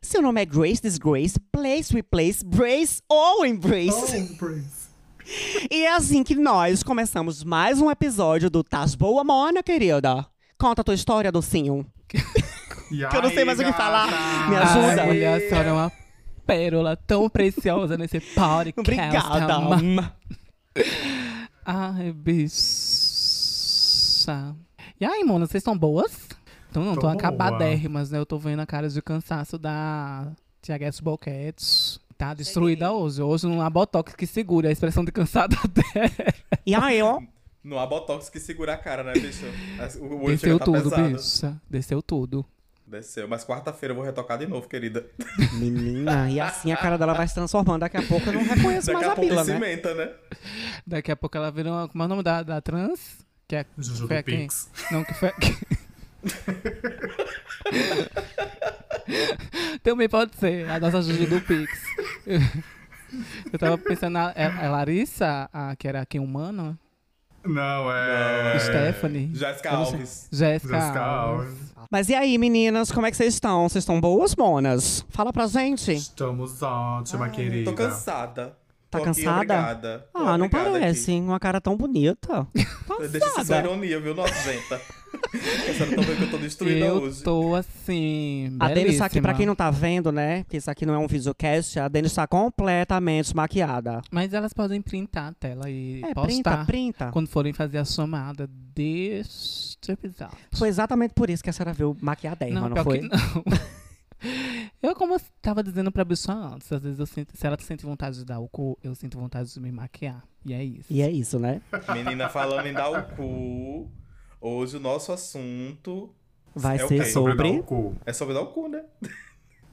Seu nome é Grace, Disgrace, Place, Replace, Brace ou Embrace. Oh, praise. E é assim que nós começamos mais um episódio do Tás Boa Mona, querida. Conta a tua história, docinho. E Que eu não sei aí, mais o que gata? falar. Me Ai, ajuda. olha, a senhora é uma pérola tão preciosa nesse podcast. Obrigada. Hum. amada. Ai, bicha. E aí, mona, vocês estão boas? Então não, Tô tô, boa. acabadérrimas, né? Eu tô vendo a cara de cansaço da Tia Guedes Boquetes. Tá destruída hoje. Hoje não há botox que segure a expressão de cansada dela. E aí, ó. Não há botox que segura a cara, né, bicho? As- O olho Desceu chega a tá tudo, pesado. bicha. Desceu tudo. Desceu. Mas quarta-feira eu vou retocar de novo, querida. Menina, e assim a cara dela vai se transformando. Daqui a pouco eu não reconheço Daqui mais a a pouco Bila, né? cimenta, né? Daqui a pouco ela vira uma. Como é o nome da, da trans? Que é Juju Foi do a quem? Pix. Não, que foi. Também pode ser, a nossa Juju do Pix. Eu tava pensando na é, é Larissa, a, que era aqui humana, Não, é. Stephanie, Jéssica Eu não sei. Alves. Jéssica. Jessica Alves. Alves. Mas e aí, meninas, como é que vocês estão? Vocês estão boas, monas? Fala pra gente. Estamos ótima, querida. Tô cansada. Tá Tô cansada? Aqui, obrigada. Tô Ah, não obrigada parece. aqui. Uma cara tão bonita. Deixa isso sua Passada. ironia, viu? Nojenta. Essa eu tô vendo que eu tô destruída Eu hoje. tô assim. A Denis tá aqui, pra belíssima. quem não tá vendo, né? Porque isso aqui não é um videocast, a Denis tá completamente maquiada. Mas elas podem printar a tela e É, postar printa, printa. quando forem fazer a somada deste episódio. Foi exatamente por isso que a senhora viu maquiaderma, não, pior foi? que não. Eu, como eu tava dizendo pra bicha antes, às vezes eu sinto, se ela sente vontade de dar o cu, eu sinto vontade de me maquiar. E é isso. E é isso, né? Menina, falando em dar o cu, hoje o nosso assunto Vai É o ser quê? Pra dar sobre. o cu. é sobre dar o cu, né?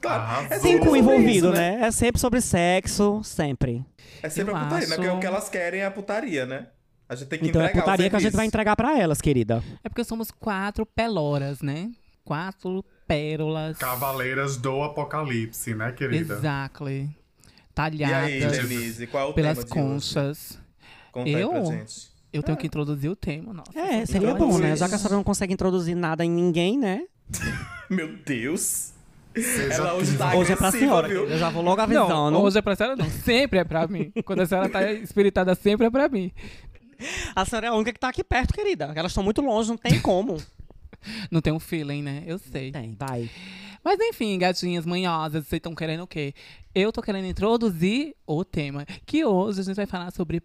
Arrasou. Tem é Sempre Assim, cu sobre envolvido, isso, né? É sempre sobre sexo, sempre. É sempre Eu a putaria, né? acho- Porque o que elas querem é a putaria, né? A gente tem que Então é entregar o putaria que a gente serviço. vai entregar pra elas, querida. É porque somos quatro peloras, né? Quatro pérolas. Cavaleiras do Apocalipse, né, querida? Exactly. E aí, Talhadas Denise, qual é o pelas tema de hoje? conchas. Conta aí pra Eu? gente. Eu tenho que introduzir o tema, nossa. É, Então seria é bom, isso. né? Já que a senhora não consegue introduzir nada em ninguém, né? Meu Deus! Seja Ela hoje tá Hoje é pra agressiva, senhora, viu? querida. Eu já vou logo tá avisando. Não, hoje é pra senhora não. Sempre é pra mim. Quando a senhora tá espiritada, sempre é pra mim. A senhora é a única que tá aqui perto, querida. Elas estão muito longe, não tem como. Não tem um feeling, né? Eu sei. Tem, vai. Mas enfim, gatinhas manhosas, vocês estão querendo o quê? Eu tô querendo introduzir o tema, que hoje a gente vai falar sobre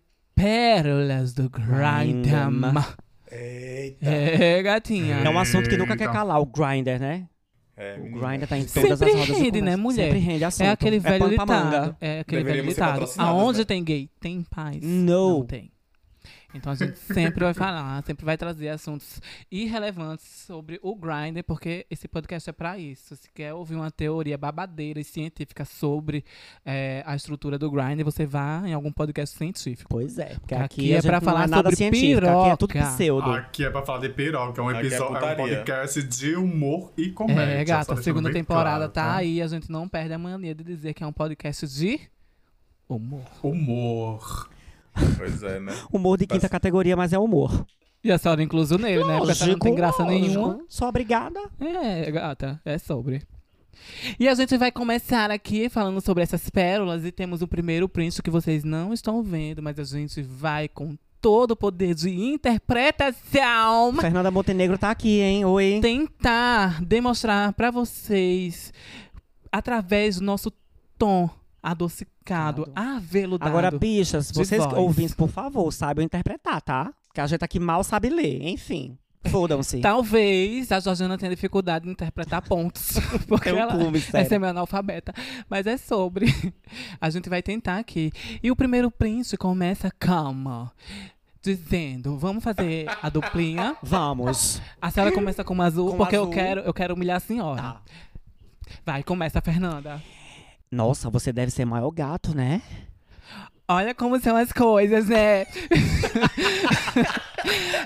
pérolas do Grindam. Eita! É, gatinha. É um assunto que nunca quer Eita. calar, o grinder, né? É, O menina. grinder tá em todas Sempre as rodas de rende, né, conversa. mulher? Sempre rende assunto. É aquele velho pano pra ditado. manga. É aquele velho Deveríamos ser ditado. patrocinados, Aonde né? tem gay, tem paz. No. Não tem. Então a gente sempre vai falar, sempre vai trazer assuntos irrelevantes sobre o grinder, porque esse podcast é pra isso. Se quer ouvir uma teoria babadeira e científica sobre eh, a estrutura do grinder, você vá em algum podcast científico. Pois é, porque Aqui aqui, é a gente pra não falar é nada sobre científico, aqui é tudo piroca. pseudo. Aqui é pra falar de piroca, é um Aqui é episódio, é, um putaria. podcast de humor e comédia. É, só gata, a deixando segunda bem temporada claro, tá aí, a gente não perde a mania de dizer que é um podcast de humor. Humor. Pois é, né? Humor de quinta categoria, mas é humor. E a senhora incluso nele, né? Porque a senhora não tem graça lógico. nenhuma. Só obrigada. É, gata, é sobre. E a gente vai começar aqui falando sobre essas pérolas e temos o primeiro print que vocês não estão vendo, mas a gente vai com todo o poder de interpretação Fernanda Montenegro tá aqui, hein? Oi. tentar demonstrar pra vocês através do nosso tom adocicado, Dado. aveludado. Agora, bichas, De vocês voz. ouvintes, por favor, saibam interpretar, tá? Porque a gente aqui mal sabe ler. Enfim, fodam-se. Tá Talvez a Georgiana tenha dificuldade em interpretar pontos. Porque Eu ela um cume, é sério. semi-analfabeta. Mas é sobre. A gente vai tentar aqui. E o primeiro print começa calma. Dizendo, vamos fazer a duplinha. Vamos. A senhora começa com uma azul, Com porque eu azul. quero, eu quero humilhar a senhora. Tá. Vai, começa, Fernanda. Nossa, você deve ser maior gato, né? Olha como são as coisas, né?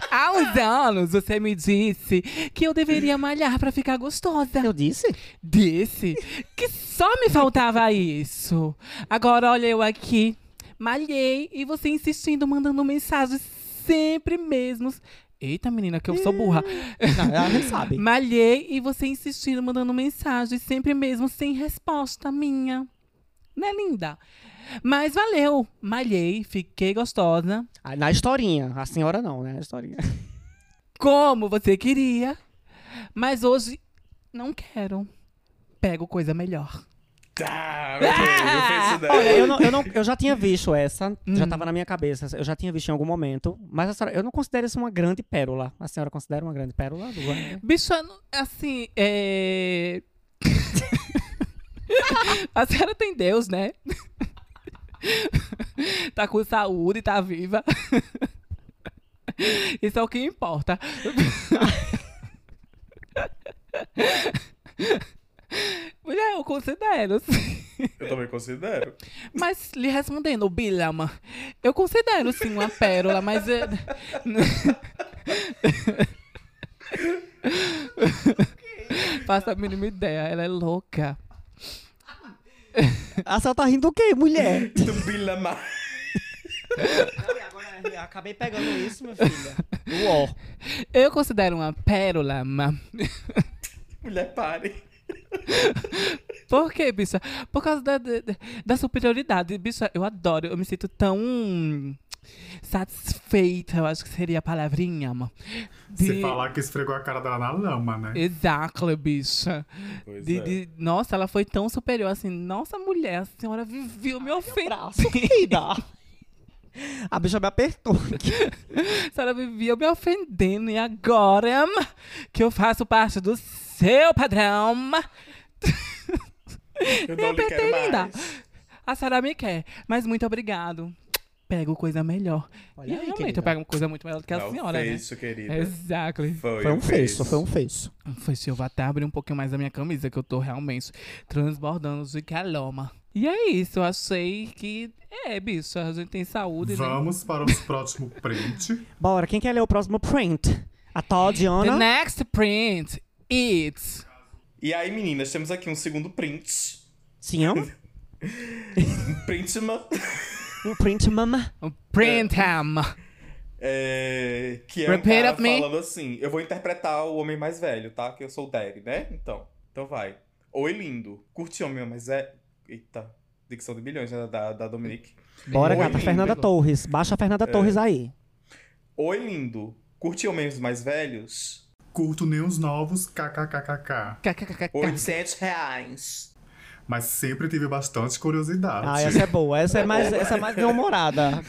Há uns anos você me disse que eu deveria malhar pra ficar gostosa. Eu disse? Disse que só me faltava isso. Agora olha eu aqui, malhei e você insistindo, mandando mensagens sempre mesmo Eita, menina, que eu sou burra. Não, ela não sabe. Malhei e você insistindo, mandando mensagem, sempre mesmo sem resposta minha. Né, linda? Mas valeu. Malhei, fiquei gostosa. Ah, Na historinha. A senhora não, né? A historinha. Como você queria. Mas hoje não quero. Pego coisa melhor. Tá, meu Deus, Ah! eu fiz isso daí. Olha, eu, não- eu não- eu já tinha visto essa, já tava na minha cabeça, eu já tinha visto em algum momento, mas a senhora, eu não considero isso uma grande pérola. A senhora considera uma grande pérola do Grindr? Bicho, eu não- assim, é. A senhora tem Deus, né? tá com saúde, tá viva. Isso é o que importa. Mulher, eu considero. assim. sim. Eu também considero. Mas lhe respondendo, Bilhama, eu considero sim uma pérola, mas. é- Faça a mínima ideia, ela é louca. A senhora tá rindo do quê, mulher? Tu bila mais. acabei pegando isso, minha filha. Uó. Eu considero uma pérola, ma- Mulher, pare. Por quê, bicha? Por causa da, da, da superioridade. Bicha, eu adoro. Eu me sinto tão satisfeita, eu acho que seria a palavrinha, ma. Se De- falar que esfregou a cara dela na lama, né? Exato, bicha. Pois De- é. de- nossa, ela foi tão superior assim. Nossa, mulher, a senhora viveu me Braço, ofendendo. querida. A bicha me apertou. A senhora vivia me ofendendo. E agora hum, que eu faço parte do seu padrão, é, Eu não lhe quero apertei, linda. mais. a senhora me quer. Mas muito obrigado. Pego coisa melhor. Olha e aí, realmente querida. eu pego coisa muito melhor do que a Não senhora, fez né? isso, querida. Exato. Foi Foi um feço, foi um feço. Foi se eu vou até abrir um pouquinho mais a minha camisa, que eu tô realmente transbordando de caloma. E é isso, eu achei que. É, bicho, a gente tem saúde, né? Vamos para o próximo print. Bora, quem quer ler o próximo print? A Todd, The Ana? next print it's E aí, meninas, temos aqui um segundo print. Sim, um? ó. Print, ma- o Um print mama. print him. é, que é Repeat um cara of me. falando assim. Eu vou interpretar o homem mais velho, tá? Que eu sou o Derry, né? Então, então vai. Oi, lindo. Curti homem mais velho. Eita, dicção de bilhões, né? Da, da Dominique. Bora, Oi, gata. lindo. Fernanda Torres. Baixa a É. Fernanda Torres aí. Oi, lindo. Curti homens mais velhos? Curto nem os novos, kkkk. KKKK. 800 reais. Mas sempre tive bastante curiosidade. Ah, essa é boa. Essa é mais, essa é mais bem-humorada.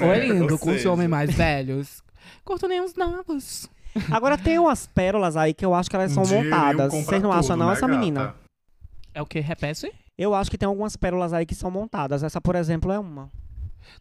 Oi, né, É, lindo, ou curte seja, homens mais velhos. Curto nem os novos. Agora tem umas pérolas aí que eu acho que elas são Um dinheirinho montadas. compra Vocês não acham, tudo, não, né, essa gata? menina? É o que? Repete? Eu acho que tem algumas pérolas aí que são montadas. Essa, por exemplo, é uma.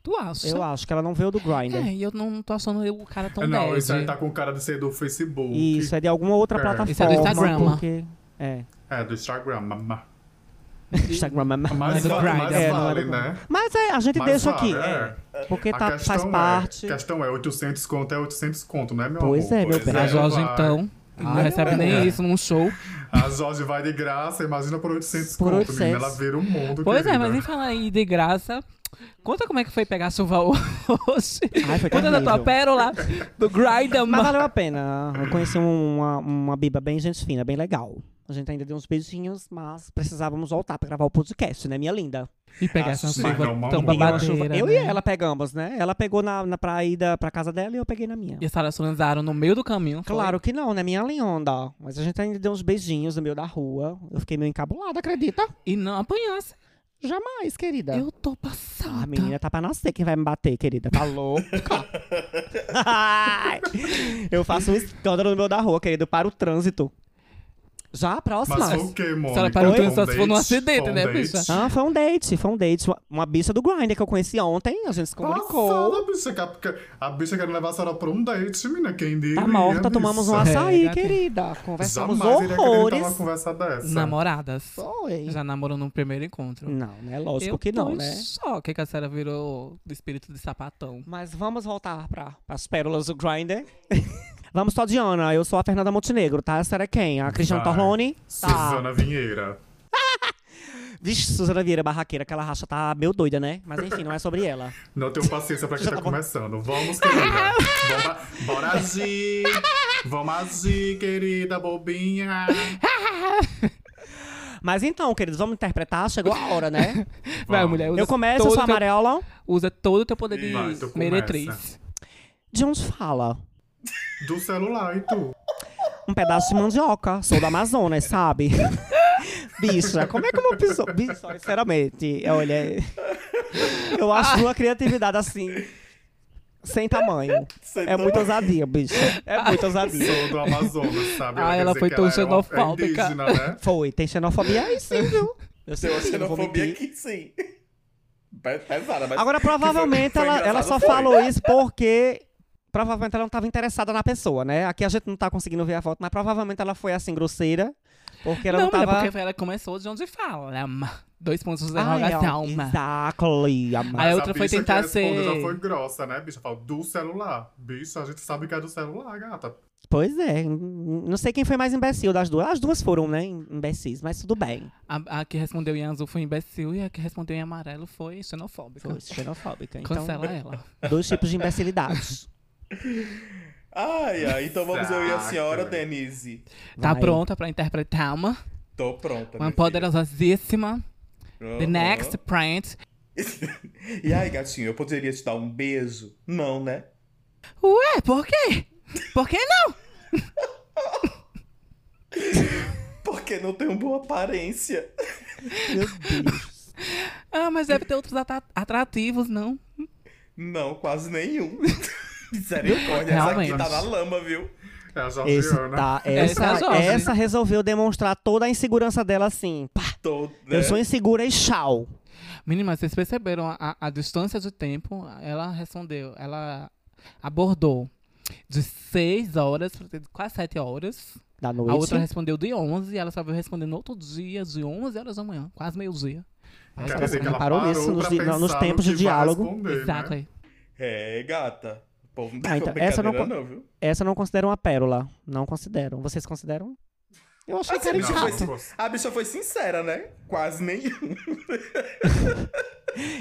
Tu acha? Eu acho que ela não veio do Grindr. É, e eu não tô achando o cara tão Não, nerd. isso aí tá com cara de ser do Facebook. Isso, é de alguma outra É. plataforma. Isso é do Instagram, ó. Porque... É, É, do Instagram. Mas, Instagram. mas, do vale, mas Grindr. É, não é vale, do né? Mas é, a gente Mas deixa vale, aqui. é. Porque A tá, faz questão parte. É, questão é, 800 conto é 800 conto, né, meu Pois amor? é, meu pois bem. é. A Jorge, vai. Ah, é. então, não recebe nem isso num show. A Jorge vai de graça, imagina por 800 Por conto, 800. menina. Ela vira o mundo, Pois é, querida. mas em falar aí de graça, conta como é que foi pegar chuva hoje. Ai, foi Conta da tua terrível. pérola do Grindr, Mas mano. valeu a pena. Eu conheci um, uma, uma biba bem gente fina, bem legal. A gente ainda deu uns beijinhos, mas precisávamos voltar pra gravar o podcast, né, minha linda? E pegar essa Assim, chuva não, tão Pegamos mamãe. babadeira, chuva. Eu né? e ela pegamos, né? Ela pegou na, na pra ida pra casa dela e eu peguei na minha. E as salas transaram no meio do caminho. foi? Claro que não, né? Minha linda. Mas a gente ainda deu uns beijinhos no meio da rua. Eu fiquei meio encabulada, acredita? E não apanhasse. Jamais, querida. Eu tô É. A passada. menina tá pra nascer quem vai me bater, querida. Tá louca? Ai, eu faço um escândalo no meio da rua, querido, para o trânsito. Já a próxima. Mas foi o quê, Mônica? senhora parou Foi um só se for num date? acidente, Foi um né, date? bicha? Ah, foi um date, foi um date. Uma, uma bicha do Grindr que eu conheci ontem, a gente se comunicou. Passada, bicha, que a- que a bicha quer levar a senhora pra um date, menina. Quem diria Tá morta, bicha? tomamos um É, açaí, gatinha. querida. Conversamos Jamais iria acreditar numa horrores. conversa dessa. Namoradas. Foi. Já namorou no primeiro encontro. Não, né? Lógico eu que não, tô né? Só que a senhora virou do espírito de sapatão. Mas vamos voltar para as pérolas do Grindr. vamos, Todiana. Eu sou a Fernanda Montenegro, tá? Essa era quem? A Cristiane Vai. Torlone? Tá. Suzana Vinheira. Vixe, Suzana Vieira Barraqueira, aquela racha tá meio doida, né? Mas enfim, não é sobre ela. Não tenho paciência pra quem Já tá tá bom. começando. Vamos, querida. Vamos, bora agir. Vamos agir, querida bobinha. Mas então, queridos, vamos interpretar? Chegou a hora, né? Vai, Vamos. mulher, usa Eu começo, eu todo sou teu- então amarela. Usa todo o teu poder de Vai, tu começa. meretriz. De onde fala? Do celular e tu. Um pedaço de mandioca. Sou do Amazonas, sabe? Bicha, como é que uma pessoa. Bicha, olha, sinceramente, olha. Eu Ah. acho uma criatividade assim. Sem tamanho. Sem é muita tamanho. ousadia, bicha. É muita ousadia. Sou do Amazonas, sabe? Ah, quer ela dizer foi que tão é uma- xenofóbica. É indígena, né? Foi, tem xenofobia aí sim, viu? Eu Tem uma não vou xenofobia mentir. aqui, sim. Pe- Pesada, mas. Agora, que foi- provavelmente, foi ela, ela engraçado, só foi. falou isso porque. Provavelmente ela não estava interessada na pessoa, né? Aqui a gente não tá conseguindo ver a foto, mas provavelmente ela foi assim, grosseira. Porque ela não, não, mulher, tava. porque foi ela que começou de onde fala. né? Dois pontos de Ai, ó, interrogação. Exactly, amada. Aí a Mas outra foi bicha que tentar respondeu ser- Já foi grossa, né, bicha? Falou do celular. Bicho, a gente sabe que é do celular, gata. Pois é. n- n- Não sei quem foi mais imbecil das duas. As duas foram, né? Imbecis, mas tudo bem. A, a que respondeu em azul foi imbecil e a que respondeu em amarelo foi xenofóbica. Foi xenofóbica. Então, Cancela ela. dois tipos de imbecilidades. Ai, ai, então vamos eu e a Saca, senhora, velho. Denise. Tá Vai. pronta pra interpretar uma, Tô pronta. uma minha poderosíssima. filha. The Aham. next print. e aí, gatinho, eu poderia te dar um beijo? Não, né? Ué, por quê? Por que não? Porque não tenho boa aparência. Meu Deus. Ah, mas deve ter outros atra- atrativos, não. Não, quase nenhum. Misericórdia, essa aqui Realmente. tá na lama, viu? É a Esse, Georgiana. né? tá, Essa é a essa, Jorge. essa resolveu demonstrar toda a insegurança dela assim. Pá, Tô, né? eu sou insegura e tchau. Menina, vocês perceberam a, a- a distância de tempo? Ela respondeu, ela abordou de 6 horas, quase 7 horas. Da A outra noite. respondeu de 11 e ela só veio responder no outro dia, de 11 horas da manhã, quase meio-dia. é Nossa, Quer ela dizer que ela reparou parou tá nisso nos pra di- no- nos pensar tempos no de que vai diálogo. responder, né? Exato. aí. É, gata. O povo não tá Ah, com então, brincadeira, essa eu não não, con- viu? Essa eu não considero uma pérola. Não consideram. Vocês consideram? Eu achei que era Não, Não, chato. mas- A Ah, bicha foi sincera, né? Quase nenhum.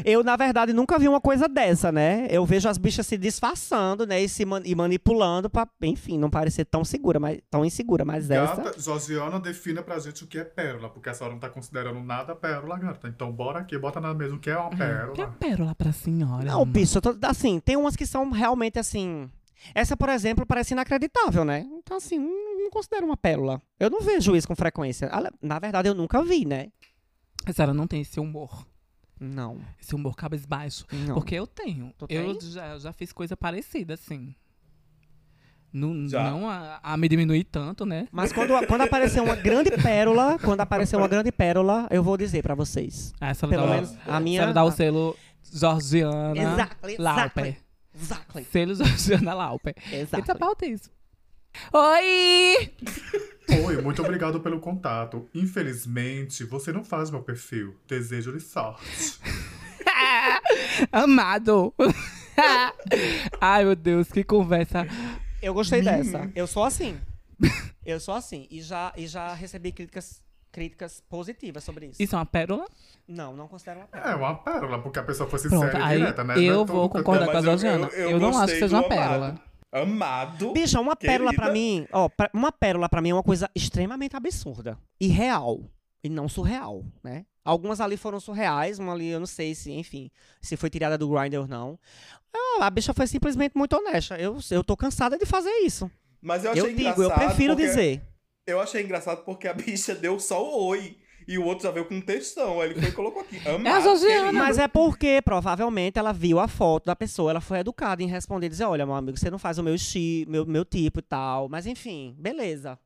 Eu, na verdade, nunca vi uma coisa dessa, né? Eu vejo as bichas se disfarçando, né? E se man- e manipulando pra, enfim, não parecer tão segura, mas tão insegura. Mas essa. Gata, Georgiana, defina pra gente o que é pérola, porque a senhora não tá considerando nada pérola, gata. Então bora aqui, bota na mesa o que é uma Que é pérola. pérola pra senhora. Não, bicho, eu tô- assim, tem umas que são realmente assim. Essa, por exemplo, parece inacreditável, né? Então, assim, não, não considero uma pérola. Eu não vejo isso com frequência. Ale- Na verdade, eu nunca vi, né? A senhora não tem esse humor. Não. Esse humor cabisbaixo. não. Porque eu tenho. Tu eu tem? já, já fiz coisa parecida, assim. Não, Já. não a, a me diminuir tanto, né? Mas quando, quando aparecer uma grande pérola, quando aparecer uma grande pérola, eu vou dizer pra vocês. A senhora Pelo dá, Ah, o- menos a a minha. senhora dá o selo Georgiana Exactly, Lauper. exactly, exactly, Selo Georgiana Lauper. exactly. Eita, pauta isso. Oi! Oi, muito obrigado pelo contato. Infelizmente, você não faz meu perfil. Desejo-lhe sorte. Amado! Ai, meu Deus, que conversa. Eu gostei dessa. Eu sou assim. Eu sou assim. E já, e já recebi críticas, críticas positivas sobre isso. Isso é uma pérola? Não, não considero uma pérola. É uma pérola, porque a pessoa foi sincera Pronto, e aí direta, né? Não eu é todo- vou concordar com Não, a mas eu- Georgiana. Eu, eu- eu não acho que gostei seja do uma pérola. amado. Amado. Bicha, uma pérola pra Querida. mim. Ó, pra- uma pérola pra mim é uma coisa extremamente absurda. Irreal. E não surreal, né? Algumas ali foram surreais, uma ali eu não sei se, enfim, se foi tirada do grinder ou não. Ah, A bicha foi simplesmente muito honesta. Eu, eu tô cansada de fazer isso. Mas eu achei Eu digo, engraçado. eu prefiro porque- dizer. Eu achei engraçado porque a bicha deu só o oi. E o outro já veio com um textão. Aí ele foi e colocou aqui. Amado. É a Georgiana. querido. Mas é porque, provavelmente, ela viu a foto da pessoa, ela foi educada em responder, dizer, olha, meu amigo, você não faz o meu esti meu, meu tipo e tal. Mas enfim, beleza.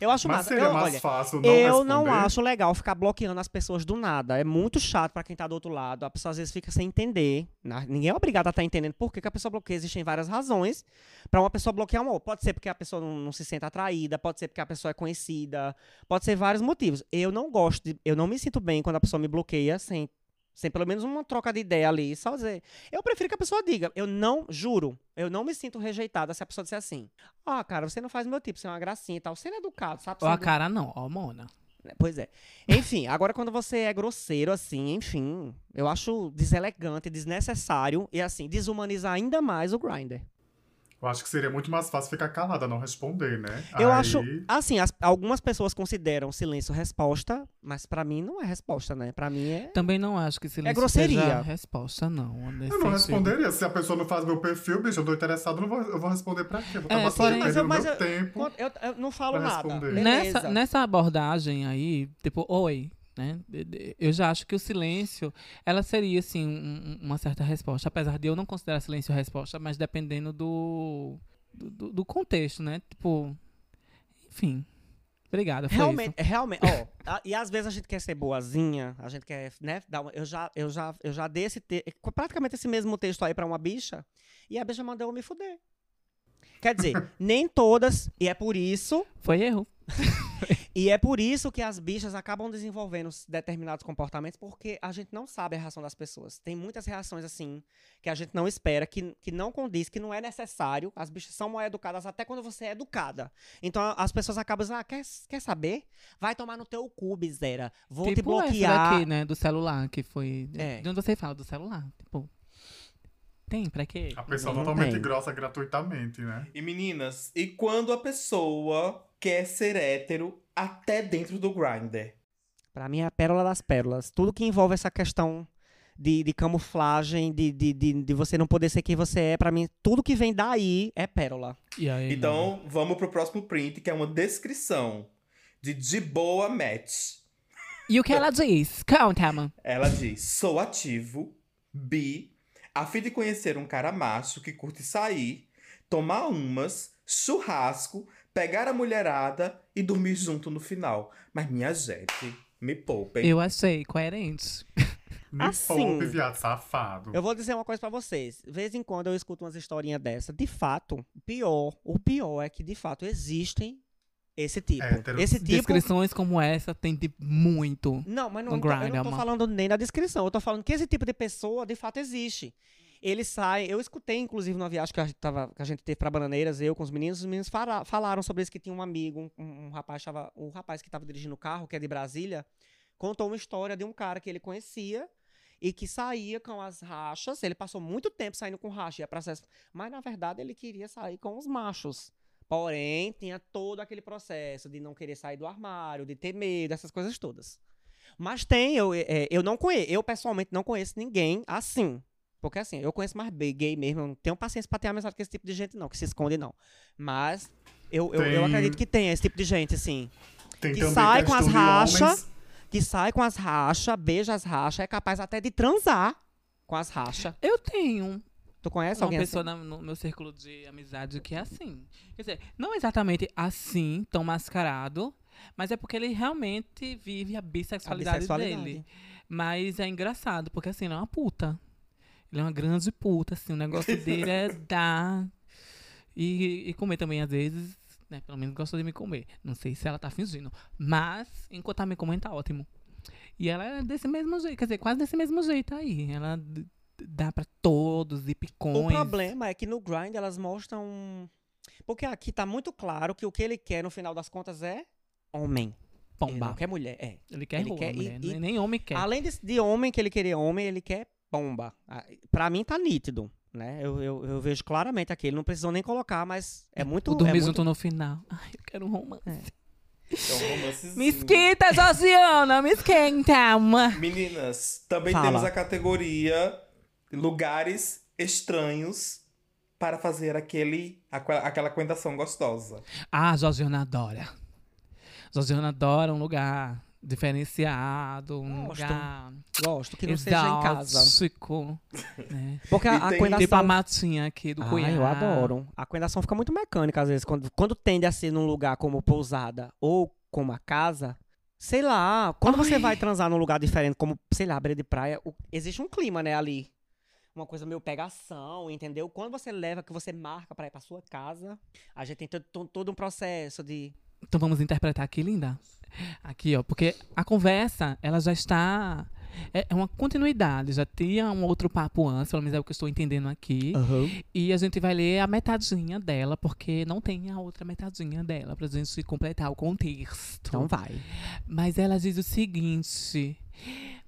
Eu acho Mas massa. seria Eu, mais olha, fácil não eu não responder? acho legal ficar bloqueando as pessoas do nada. É muito chato pra quem tá do outro lado. A pessoa às vezes fica sem entender. né? Ninguém é obrigado a estar entendendo por que, que a pessoa bloqueia. Existem várias razões pra uma pessoa bloquear uma outra. Pode ser porque a pessoa não, não se sente atraída, pode ser porque a pessoa é conhecida, pode ser vários motivos. Eu não gosto, de- eu não me sinto bem quando a pessoa me bloqueia sem sem pelo menos uma troca de ideia ali, só dizer. Eu prefiro que a pessoa diga, eu não, juro, eu não me sinto rejeitada se a pessoa disser assim. Ah, cara, você não faz meu tipo, você é uma gracinha e tal, sendo educado, sabe? Ó, a Sendo... cara não, ó, Mona. Pois é. Enfim, agora quando você é grosseiro, assim, enfim, eu acho deselegante, desnecessário e, assim, desumaniza ainda mais o grinder. Eu acho que seria muito mais fácil ficar calada, não responder, né? Eu Aí- acho, assim, as- algumas pessoas consideram silêncio resposta, mas pra mim não é resposta, né? Pra mim é. Também não acho que silêncio grosseria. seja a resposta, não. nesse Eu não sentido. responderia. Se a pessoa não faz meu perfil, bicho, eu tô interessado, eu não vou, eu vou responder pra quê? Eu vou É, estar porém- perdendo Mas eu- meu tempo. Eu, eu não falo Pra nada. responder. Beleza. Nessa, nessa abordagem aí, tipo, oi, né? de- de- Eu já acho que o silêncio, ela seria, assim, um- um- uma certa resposta. Apesar de eu não considerar silêncio resposta, mas dependendo do, do, do- do contexto, né? Tipo, enfim. Obrigada, foi Realmente, isso. realmente, ó, a- e às vezes a gente quer ser boazinha, a gente quer, né, dar uma- eu já, eu já, eu já dei esse, te- praticamente esse mesmo texto aí pra uma bicha, e a bicha mandou eu me fuder. Quer dizer, nem todas, e é por isso, Foi erro. e é por isso que as bichas acabam desenvolvendo s- determinados comportamentos, porque a gente não sabe a reação das pessoas. Tem muitas reações, assim, que a gente não espera, que, que não condiz, que não é necessário. As bichas são mal educadas até quando você é educada. Então a- as pessoas acabam dizendo, ah, quer, quer saber? Vai tomar no teu cu, zera. Vou te tipo bloquear. essa daqui, né? Do celular, que foi... É. De onde você fala? Do celular. Tipo, tem, pra quê? A pessoa Não totalmente tem. grossa gratuitamente, né? E meninas, e quando a pessoa quer ser hétero até dentro do grinder? Uhum. Pra mim é a pérola das pérolas. Tudo que envolve essa questão de, de camuflagem, de, de, de, de você não poder ser quem você é, pra mim, tudo que vem daí é pérola. E aí, Então, vamos pro próximo print, que é uma descrição de de boa match. E o que ela diz? Conta, mano. Ela diz: sou ativo, bi, a fim de conhecer um cara macho que curte sair, tomar umas, churrasco, pegar a mulherada e dormir junto no final. Mas minha gente, me poupem. Eu achei coerente. Me Assim. poupe, viado, safado. Eu vou dizer uma coisa pra vocês. De vez em quando eu escuto umas historinhas dessa. De fato, pior, o pior é que de fato existem esse tipo. Héteros. Esse tipo. Descrições como essa tem de muito. Não, mas não, tá, eu não No tô- eu Grindr, não tô amor. falando nem da descrição. Eu tô falando que esse tipo de pessoa de fato existe. Ele sai. Eu escutei, inclusive, numa viagem que a gente, tava, que a gente teve pra Bananeiras, eu com os meninos. Os meninos fala- falaram sobre isso: que tinha um amigo, um, um rapaz, tava, um rapaz que tava dirigindo o carro, que é de Brasília, contou uma história de um cara que ele conhecia e que saía com as rachas. Ele passou muito tempo saindo com racha, ia pra sexo. Mas, na verdade, ele queria sair com os machos. Porém, tinha todo aquele processo de não querer sair do armário, de ter medo, essas coisas todas. Mas tem, eu, é, eu não conheço, eu pessoalmente não conheço ninguém assim. Porque assim, eu conheço mais gay, gay mesmo, eu não tenho paciência pra ter amizade com esse tipo de gente, não, que se esconde, não. Mas eu, eu, eu Tem- acredito que tem esse tipo de gente, assim Tem que também sai com questão as de rachas. homens- que sai com as rachas, beija as rachas, é capaz até de transar com as rachas. Eu tenho Tu conhece uma alguém é assim? pessoa na- no meu círculo de amizade que é assim. Quer dizer, não exatamente assim, tão mascarado, mas é porque ele realmente vive a assim? A bissexualidade, bissexualidade. dele. Mas é engraçado, porque assim, ele é uma puta. Ele é uma grande puta, assim, o negócio dele é dar e, e comer também, às vezes, né? Pelo menos gosta de me comer. Não sei se ela tá fingindo. Mas, enquanto tá me comendo, tá ótimo. E ela é desse mesmo jeito, quer dizer, quase desse mesmo jeito aí. Ela d- d- dá pra todos e picões. O problema é que no grind elas mostram. um, Porque aqui tá muito claro que o que ele quer, no final das contas, é homem. Ele Pomba. não quer mulher. É. Ele quer ele rola, quer e- mulher. né? e- Nem homem quer. Além de, de homem que ele querer homem, ele quer bomba. Ah, Pra mim tá nítido. Né? Eu, eu, eu vejo claramente aqui. Ele não precisou nem colocar, mas é muito. O dormir é muito- junto no final. Ai, eu quero um romance. É um romancezinho. Me esquenta, Josiana! Me esquenta! ma. Meninas, também Fala. temos a categoria lugares estranhos para fazer aquele aqua- aquela coentação gostosa. Ah, Josiana adora. Josiana adora um lugar diferenciado, um Gosto. lugar Gosto que não seja em casa. exótico, né? Porque a, E tem- a tem coendação- Tipo a matinha aqui do Ah, Cuiabá. eu adoro. A coendação fica muito mecânica, às vezes. Quando, quando tende a ser num lugar como pousada ou como a casa, sei lá, quando você vai transar num lugar diferente, como, sei lá, beira de praia, o- existe um clima, né, ali. Uma coisa meio pegação, entendeu? Quando você leva, que você marca pra ir pra sua casa, a gente tem todo- todo, todo um processo de. Então vamos interpretar aqui, linda. Aqui, ó, porque a conversa, ela já está é é uma continuidade. Já tinha um outro papo antes, pelo menos é o que eu estou entendendo aqui. Ah. E a gente vai ler a metadinha dela, porque não tem a outra metadinha dela, pra gente completar o contexto. Então vai. Mas ela diz o seguinte.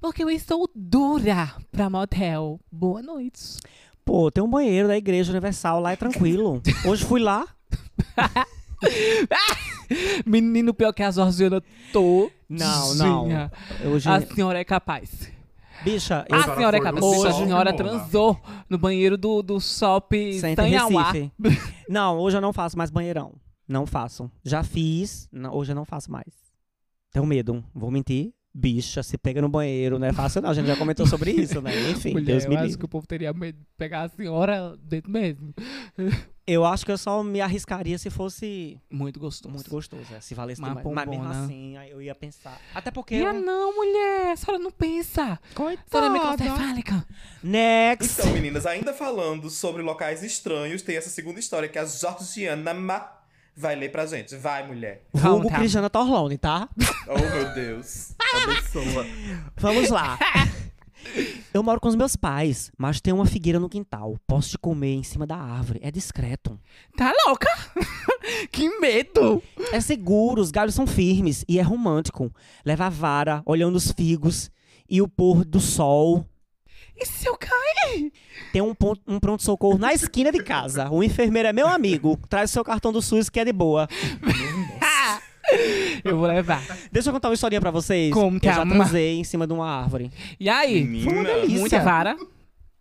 Porque eu estou dura pra motel. Boa noite. Pô, tem um banheiro da Igreja Universal lá, é tranquilo. Hoje fui lá. Menino, pior que a Georgiana tô. Não, não. Hoje, A senhora é capaz. bicha, eu Ah, A senhora senhora é foi no capaz. Bicho, a tá shopping, senhora mona. transou no banheiro do, do shopping Center Tanhauá. Recife. Não, hoje eu não faço mais banheirão. Não faço. Já fiz, não- hoje eu não faço mais. Tenho medo, vou mentir. Bicha, se pega no banheiro, não é fácil não. A gente já comentou sobre isso, né? Enfim, Mulher, Deus eu me acho livre. que o povo teria medo de pegar a senhora dentro mesmo. Eu acho que eu só me arriscaria se fosse Muito gostoso. muito gostoso, é, se valesse Uma demais. Mas mesmo pombona. assim, aí eu ia pensar. Até porque... E ah, Eu... não, mulher. A senhora não pensa. A senhora é Coitada. microcefálica. Next! Então, meninas, ainda falando sobre locais estranhos, tem essa segunda história que a Georgiana Ma vai ler pra gente. Vai, mulher. Então, Vulgo Conta. Cristiana Torlone, tá? Oh, meu Deus. Abençoa. Vamos lá. Eu moro com os meus pais, mas tem uma figueira no quintal. Posso te comer em cima da árvore. É discreto. Tá louca? que medo. É seguro, os galhos são firmes e é romântico. Leva a vara, olhando os figos e o pôr do sol. E se eu cair? Tem um, pon- um pronto-socorro na esquina de casa. O enfermeiro é meu amigo. Traz o seu cartão do SUS que é de boa. Eu vou levar. Deixa eu contar uma historinha pra vocês. Conta Eu já uma. transei em cima de uma árvore. E aí? Menina. delícia. Muita vara.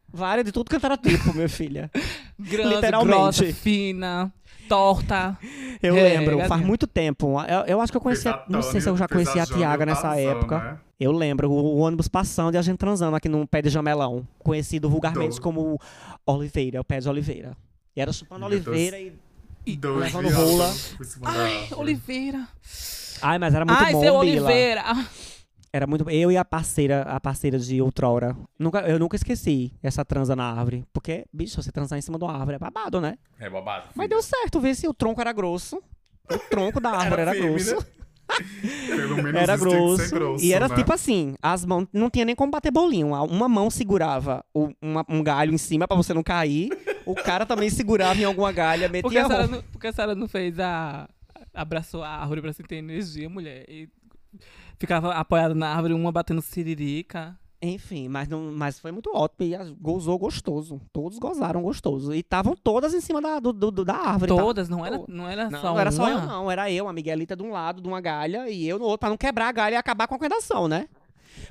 Vara de tudo que era tipo, minha filha. Grande, Literalmente. grossa, fina, torta. Eu É, lembro, gatinha. faz muito tempo. Eu, eu acho que eu Fez conheci. a- Não sei se eu já Tânia, fez conhecia a Jane Tiaga nessa Tarzan, época. né? Eu lembro, o, o ônibus passando e a gente transando aqui num pé de jamelão, conhecido vulgarmente Doido. como Oliveira, o pé de Oliveira. E era chupando Meu Oliveira e. Dois levando viados né? rola. em cima da Ai, árvore. Oliveira. Ai, mas era muito Ai, bom, seu Bila. Oliveira. Era muito Eu e a parceira, a parceira de outrora. Nunca, eu nunca esqueci essa transa na árvore. Porque, bicho, você transar em cima de uma árvore é babado, né? É babado. filho. Mas deu certo, vê se o tronco era grosso. O tronco da árvore era, firme, grosso. né? Pelo menos Era isso tem que ser grosso, grosso, E era né? tipo assim, as mãos não tinha nem como bater bolinho. A- Uma mão segurava o- uma- um galho em cima pra você não cair. o cara também segurava em alguma galha, Porque metia a, a senhora mão. não, porque a senhora não fez a. Abraçou a árvore pra se ter energia, mulher. E ficava apoiada na árvore, uma batendo siririca. Enfim, mas, não, mas foi muito ótimo. E as- gozou gostoso. Todos gozaram gostoso. E estavam todas em cima da, do- do- do- da árvore. tá? Todas, não era, não é? era Não, só não era uma. só eu, não. Era eu, a Miguelita de um lado, de uma galha, e eu no outro, pra não quebrar a galha e acabar com a coendação, né?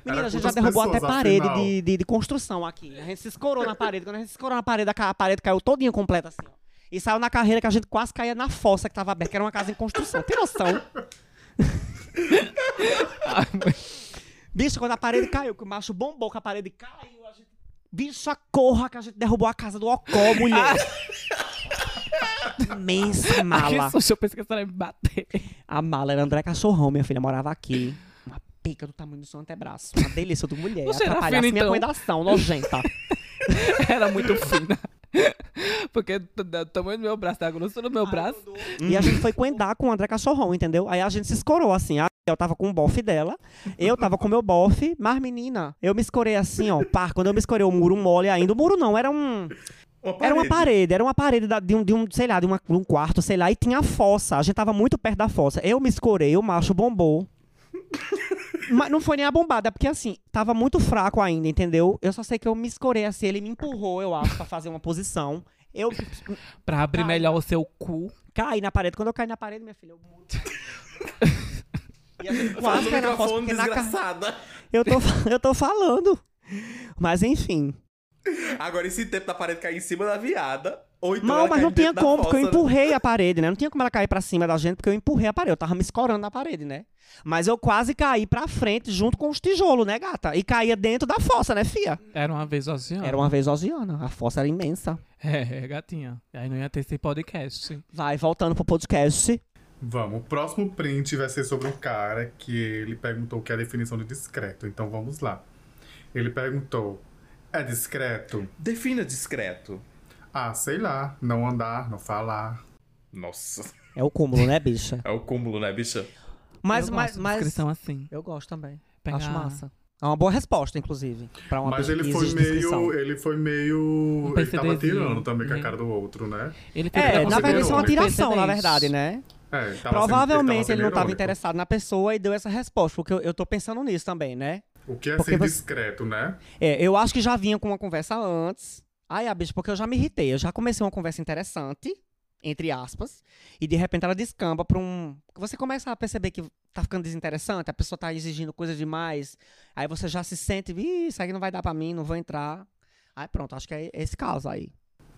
Menina, Era a gente já quantas derrubou até pessoas, parede afinal? de, de, de construção aqui. A gente se escorou na parede. Quando a gente se escorou na parede, a ca- a parede caiu todinha completa, assim, ó. E saiu na carreira que a gente quase caía na fossa que tava aberta, que era uma casa em construção. Tem noção? Bicho, quando a parede caiu, que o macho bombou que a parede caiu, a gente... Bicho, a corra que a gente derrubou a casa do Ocó, mulher. Imensa Ai, mala. que susto, eu pensei que a senhora ia me bater. A mala era André Cachorrão, minha filha, morava aqui. Uma pica do tamanho do seu antebraço. Uma delícia do mulher. Você era Atrapalhasse fina, minha então? coendação, nojenta. Era muito fina. Porque do- do tamanho do meu braço, da grossura do meu braço. e a gente foi coendar com o André Cachorrão, entendeu? Aí a gente se escorou assim. A eu tava com o bofe dela, eu tava com o meu bofe, mas menina, eu me escorei assim, ó, pá, quando eu me escorei o muro mole ainda, o muro não, era um, era uma parede, era uma parede da- de, um, de um, sei lá, de, uma- de um quarto, sei lá, e tinha a fossa. A gente tava muito perto da fossa. Eu me escorei, o macho bombou. Mas não foi nem a bombada, porque assim, tava muito fraco ainda, entendeu? Eu só sei que eu me escorei assim, ele me empurrou, eu acho, pra fazer uma posição. Eu Pra abrir melhor o seu cu. caí na parede. Quando eu caí na parede, minha filha, eu mudo. E a gente Faz quase o caiu na fossa, microfone, porque na ca... desgraçada. eu, tô, fa- eu tô falando. Mas enfim. Agora, esse tempo da parede cair em cima da viada. Ou então Não, ela mas cair não tinha dentro da como, porque eu fossa, né? empurrei a parede, né? Não tinha como ela cair pra cima da gente, porque eu empurrei a parede. Eu tava me escorando na parede, né? Mas eu quase caí pra frente junto com os tijolos, né, gata? E caía dentro da fossa, né, fia? Era uma vez sozinha. Era uma vez Oziana. A fossa era imensa. É, gatinha. Aí não ia ter esse podcast. Vai, voltando pro podcast. Vamos, o próximo print vai ser sobre um cara que ele perguntou o que é a definição de discreto. Então vamos lá. Ele perguntou: é discreto? Defina discreto. Ah, sei lá, não andar, não falar. Nossa, É o cúmulo, né, bicha? é o cúmulo, né, bicha? Mas, eu mas, gosto de mas. descrição assim. Eu gosto também. Pegar Acho massa. É uma boa resposta, inclusive, pra uma Mas ele pesquisa foi de meio. descrição. Ele foi meio. Um ele tava PCDzinho, tirando também com a Uhum. né? cara do outro, né? Ele teve É, Ele na tava verdade, isso é uma sendo irônico. tiração, na verdade, né? É, ele tava sendo- ele tava Provavelmente sendo ele não estava irônico. interessado na pessoa e deu essa resposta, porque eu, eu tô pensando nisso também, né? O que é Porque ser você- discreto, né? É, eu acho que já vinha com uma conversa antes. Ai, a bicha, porque eu já me irritei. Eu já comecei uma conversa interessante, entre aspas, e de repente ela descamba pra um. Você começa a perceber que tá ficando desinteressante, a pessoa tá exigindo coisa demais. Aí você já se sente, "Ih, isso aqui não vai dar pra mim, não vou entrar. Aí pronto, acho que é esse caso aí.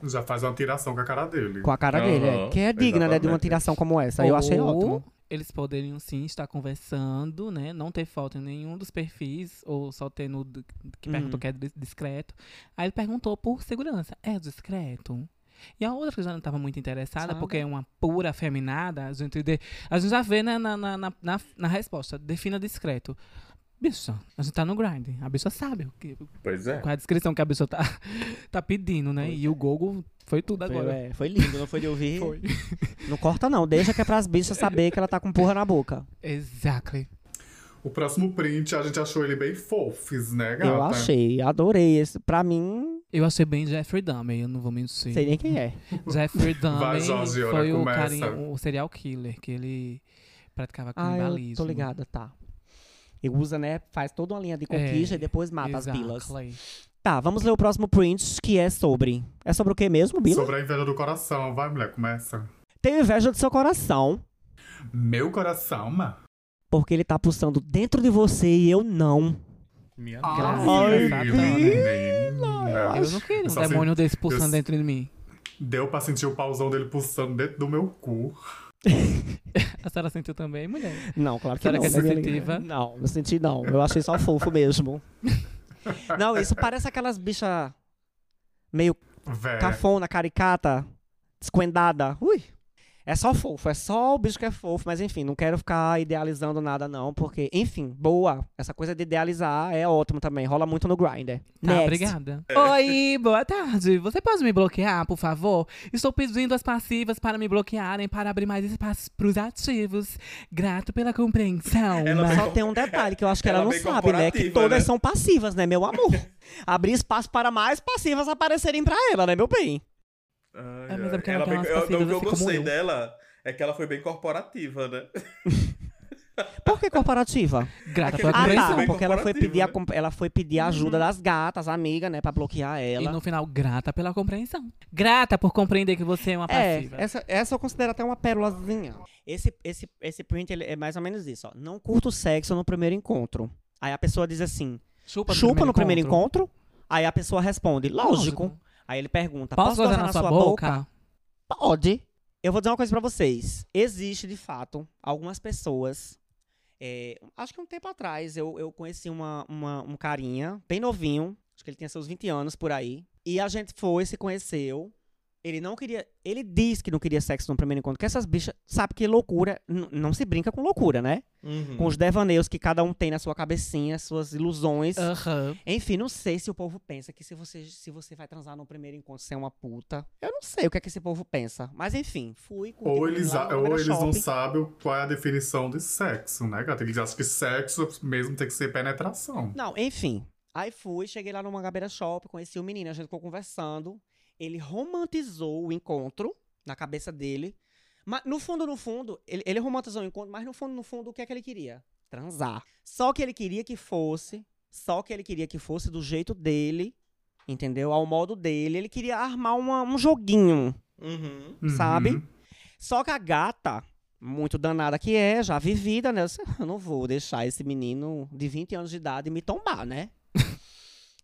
Já faz uma tiração com a cara dele. Com a cara dele, é. Aham, Que é digna, né, de uma exatamente. tiração como essa. Eu achei Ou ótimo. Eles poderiam sim estar conversando, né? Não ter foto em nenhum dos perfis, ou só ter no do- que perguntou Uhum. que é dis- discreto. Aí ele perguntou por segurança: é discreto? E a outra que já não estava muito interessada, Sabe? porque é uma pura afeminada, a gente, de- a gente já vê né, na, na, na, na, na resposta: defina discreto. Bicha, a gente tá no grind. A bicha sabe o que, Pois é. qual é a descrição que a bicha tá, tá pedindo, né? E o Gogo foi tudo Foi, né? agora. é, foi lindo, não foi de ouvir? Não corta não, deixa que é pras bichas saber que ela tá com porra na boca. Exactly. O próximo print, a gente achou ele bem fofis, né, gata? Eu tá. achei, adorei esse. Pra mim, Eu achei bem Jeffrey Dahmer, eu não vou mentir. sei nem quem é. Jeffrey Dahmer Jorge, ora, foi o, começa. carinha, o serial killer que ele praticava Ah, canibalismo. eu tô ligada, tá. E usa, né, faz toda uma linha de conquista É, e depois mata as bilas. Exactly. Tá, vamos ler o próximo print, que é sobre... É sobre o que mesmo, Bila? Sobre a inveja do coração. Vai, mulher, começa. Tenho inveja do seu coração, Meu coração, ma. porque ele tá pulsando dentro de você e eu não. Minha Graças Ai, a Deus, né? menina. Eu não queria um Só se- demônio desse pulsando eu- dentro de mim. Deu pra sentir o pauzão dele pulsando dentro do meu cu. A senhora sentiu também, mulher? Não, claro que Será não. que é né, minha sensitiva? linda? Não, não senti não. Eu achei só fofo mesmo. Não, isso parece aquelas bichas meio É. Véi. cafona, caricata, desquendada. Ui. É só fofo, é só o bicho que é fofo, mas enfim, não quero ficar idealizando nada não, porque, enfim, boa. Essa coisa de idealizar é ótimo também, rola muito no Grindr. Tá, Next. obrigada. É. Oi, boa tarde. Você pode me bloquear, por favor? Estou pedindo as passivas para me bloquearem para abrir mais espaços pros ativos. Grato pela compreensão. Ela mas- Só tem um detalhe que eu acho que ela, Ela não bem sabe, né? Que corporativa, todas né? são passivas, né, meu amor? Abrir espaço para mais passivas aparecerem pra ela, né, meu bem? Ai, É, mas é ai. porque ela tem bem- umas eu- passidas O que eu assim como gostei eu. dela é que ela foi bem corporativa, né? Por que corporativa? é Grata pela Ah, Aquele compreensão. preço tá, bem porque ela foi corporativo, pedir a, né? comp- ela foi pedir a ajuda das gatas, amiga, né, pra bloquear ela. E no final, grata pela compreensão. Grata por compreender que você é uma É, passiva. essa, essa eu considero até uma pérolazinha. Esse, esse, esse print ele é mais ou menos isso, ó. Não curto sexo no primeiro encontro. Aí a pessoa diz assim, Chupa, chupa no primeiro encontro? Aí a pessoa responde, lógico. Lógico. Aí ele pergunta, Posso gozar na, sua boca? Pode. Eu vou dizer uma coisa pra vocês. Existe, de fato, algumas pessoas. é, acho que um tempo atrás eu, eu conheci uma, uma- um carinha, bem novinho. Acho que ele tinha seus 20 anos por aí. E a gente foi, se conheceu. Ele não queria. Ele diz que não queria sexo no primeiro encontro, que essas bichas. Sabe que loucura. n- Não se brinca com loucura, né? Uhum. Hum. Com os devaneios que cada um tem na sua cabecinha, suas ilusões. Aham. Enfim, não sei se o povo pensa que se você, se você vai transar no primeiro encontro, você é uma puta. Eu não sei o que é que esse povo pensa. Mas enfim, fui com Ou eles, a- ou eles não sabem qual é a definição de sexo, né, gata? Eles acham que sexo mesmo tem que ser penetração. Não, enfim. Aí fui, cheguei lá no Mangabeira Shop, conheci o menino, a gente ficou conversando. Ele romantizou o encontro na cabeça dele. Mas no fundo, no fundo, ele, ele romantizou o encontro, mas no fundo, no fundo, o que é que ele queria? Transar. Só que ele queria que fosse, só que ele queria que fosse do jeito dele, entendeu? Ao modo dele. Ele queria armar uma- um joguinho. Uhum. Uhum. Sabe? Só que a gata, muito danada que é, já vivida, né? Eu, disse, "Ah, eu não vou deixar esse menino de 20 anos de idade me tombar, né?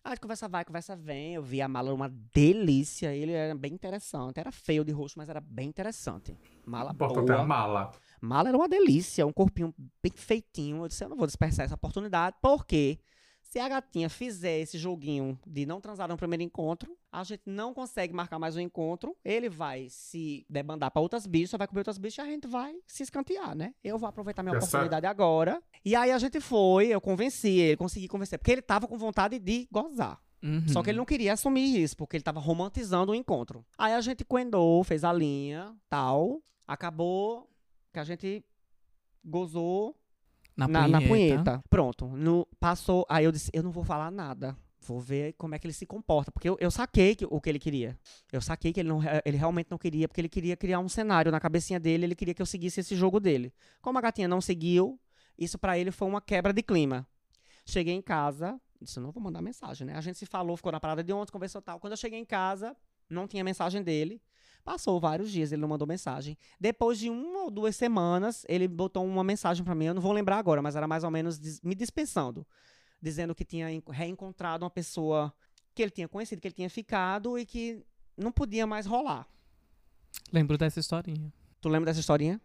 Aí conversa vai, conversa vem. Eu vi a mala uma delícia. Ele era bem interessante. Era feio de rosto, mas era bem interessante. Mala Bota boa. até a mala. Mala era uma delícia, um corpinho bem feitinho. Eu disse, eu não vou desperdiçar essa oportunidade, porque se a gatinha fizer esse joguinho de não transar no primeiro encontro, a gente não consegue marcar mais um encontro, ele vai se debandar pra outras bichas, vai comer outras bichas e a gente vai se escantear, né? Eu vou aproveitar minha Tá certo. oportunidade agora. E aí a gente foi, eu convenci ele, consegui convencer, porque ele tava com vontade de gozar. Uhum. Só que ele não queria assumir isso, porque ele tava romantizando o encontro. Aí a gente coendou, fez a linha, tal. Acabou que a gente gozou. Na, na, punheta. na punheta. Pronto. No, passou. Aí eu disse, eu não vou falar nada. Vou ver como é que ele se comporta. Porque eu, eu saquei que- o que ele queria. Eu saquei que ele, não, re- ele realmente não queria, porque ele queria criar um cenário na cabecinha dele, ele queria que eu seguisse esse jogo dele. Como a gatinha não seguiu, isso pra ele foi uma quebra de clima. Cheguei em casa, disse, eu não vou mandar mensagem, né? A gente se falou, ficou na parada de ontem, conversou tal. Quando eu cheguei em casa, não tinha mensagem dele. Passou vários dias, ele não mandou mensagem. Depois de uma ou duas semanas, ele botou uma mensagem pra mim, eu não vou lembrar agora, mas era mais ou menos dis- me dispensando, dizendo que tinha en- reencontrado uma pessoa que ele tinha conhecido, que ele tinha ficado e que não podia mais rolar. Lembro dessa historinha. Tu lembra dessa historinha?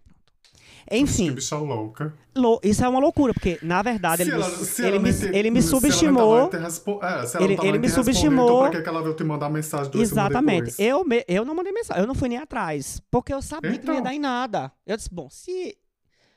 Que Enfim, bicha louca. lou- isso é uma loucura, porque na verdade Ah, ele, Se me, ela- se ele, ela me, não te- ele me se ela não subestimou. tava te respo- é, se ela não Ele- tava ele me te respondendo, subestimou. Então, pra que que ela veio te mandar mensagem duas semanas Exatamente. depois? Eu, me- eu não mandei mensagem, eu não fui nem atrás, porque eu sabia que não ia Então. dar em nada. Eu disse, bom, se,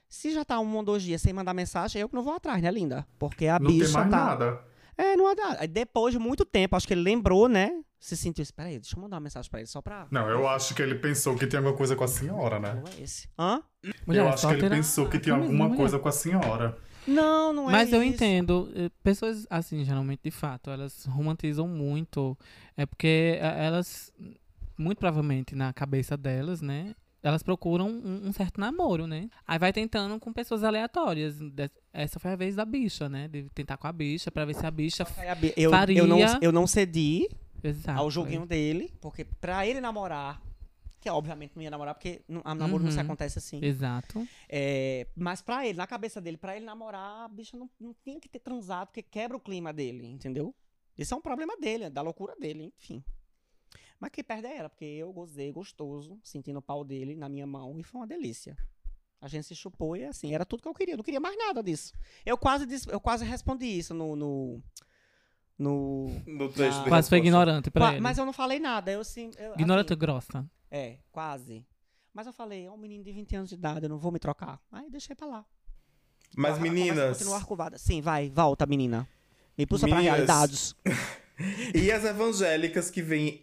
se já tá um ou dois dias sem mandar mensagem, eu que não vou atrás, né, linda? Porque a Não bicha tem mais tá... nada. É, não dá. Aí depois de muito tempo, acho que ele lembrou, né? Se sentiu, espera aí, deixa eu mandar uma mensagem pra ele só pra... Não, eu acho que ele pensou que tinha alguma coisa com a senhora, né? Não é esse. Hã? Mulher, eu acho só que ele terá- pensou que Ah, tinha tá mesmo, alguma mulher. coisa com a senhora. Não, não é Mas eu isso. entendo, eh, pessoas assim, geralmente, de fato, elas romantizam muito, é porque eh, elas, muito provavelmente na cabeça delas, né, elas procuram um, um certo namoro, né? Aí vai tentando com pessoas aleatórias. Des- Essa foi a vez da bicha, né? De tentar com a bicha pra ver se a bicha. Aí a Bi- Eu, Faria- eu, Tá, não, eu não cedi Exato. ao joguinho dele, porque pra ele namorar, que é, obviamente não ia namorar, porque não- a namoro não se Uhum. acontece assim. Exato. É, mas pra ele, na cabeça dele, pra ele namorar, a bicha não, não tinha que ter transado, porque quebra o clima dele, entendeu? Isso é um problema dele, é da loucura dele, enfim. Mas que perde é ela, porque eu gozei gostoso, sentindo o pau dele na minha mão, e foi uma delícia. A gente se chupou e assim, era tudo que eu queria, eu não queria mais nada disso. Eu quase, disse- eu quase respondi isso no. no, no- No texto de Ah, Quase foi resposta. ignorante pra Ah, Qua- ele. mas eu não falei nada, eu assim. eu, Ignorante assim, grossa. é, quase. Mas eu falei, é um menino de 20 anos de idade, eu não vou me trocar. Aí deixei pra lá. Mas A conversa meninas, Continua arcovada. Sim, vai, volta, menina. Me puxa pra Meninas. realidades. e as evangélicas que vêm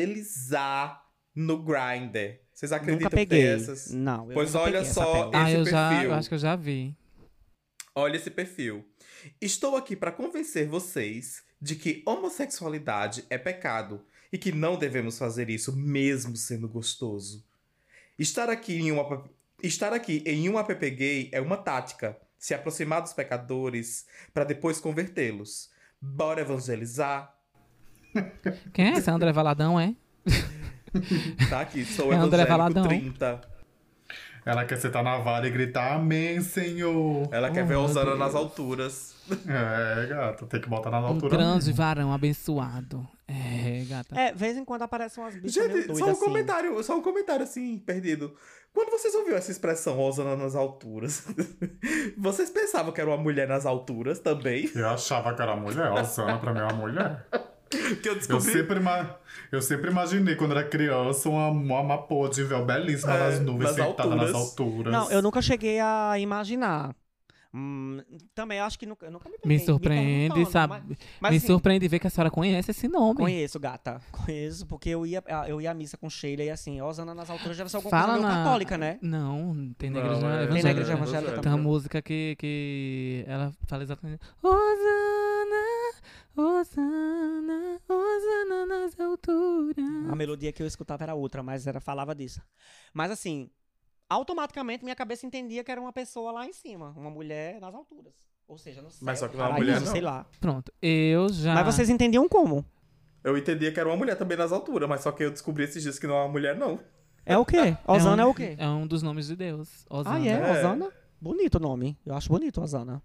evangelizar no Grindr? Vocês Nunca acreditam que tem peguei. essas? Não, eu Pois nunca olha peguei essa pele. só, Esse Ah, eu já, perfil. eu acho que eu já vi. Olha esse perfil. Estou aqui para convencer vocês de que homossexualidade é pecado e que não devemos fazer isso mesmo sendo gostoso. Estar aqui em uma estar aqui em um app gay é uma tática, se aproximar dos pecadores para depois convertê-los. Bora evangelizar. Quem é esse? André Valadão, é? Tá aqui, sou É André evangélico Valadão. 30. Ela quer sentar na vara e gritar Amém, Senhor. Ela Oh, quer ver meu Osana Deus. nas alturas. É, gato, tem que botar na Um altura. grande mesmo. varão abençoado. É, gata. É, vez em quando aparecem umas bichas meio Gente, doidas só um assim. comentário, só um comentário assim, perdido. Quando vocês ouviram essa expressão Rosana nas alturas, vocês pensavam que era uma mulher nas alturas também? Eu achava que era mulher, a Osana pra mim é uma mulher. Que eu Eu descobri. sempre, ima- eu sempre imaginei quando era criança uma, uma mapoa de véu belíssima É, nas nas nuvens, sentada alturas. nas alturas. Não, eu nunca cheguei a imaginar. Hum, também acho que nunca, eu nunca me peguei. Me surpreende, perguntando, sabe? Mas, mas Me assim, surpreende ver que a senhora conhece esse nome. Conheço, gata. Conheço, porque eu ia, eu ia à missa com Sheila e assim, Osana nas alturas deve ser alguma Fala coisa meio na- católica, né? Não, não tem na Não, igreja é- Tem evangélica. na igreja evangélica é evangélica. Tem uma também. música que, que ela fala exatamente. Osana, Osana, Osana nas A alturas. melodia que eu escutava era outra, mas era falava disso. Mas assim, automaticamente minha cabeça entendia que era uma pessoa lá em cima, uma mulher nas alturas. Ou seja, no céu, Mas só que não é uma paraíso, mulher, não. sei lá. Pronto, eu já. Mas vocês entendiam como? Eu entendia que era uma mulher também nas alturas, mas só que eu descobri esses dias que não é uma mulher, não. É o quê? Osana é, um, o quê? É um dos nomes de Deus. Osana. Ah, é? É. Osana? Bonito o nome. Eu acho bonito, Osana.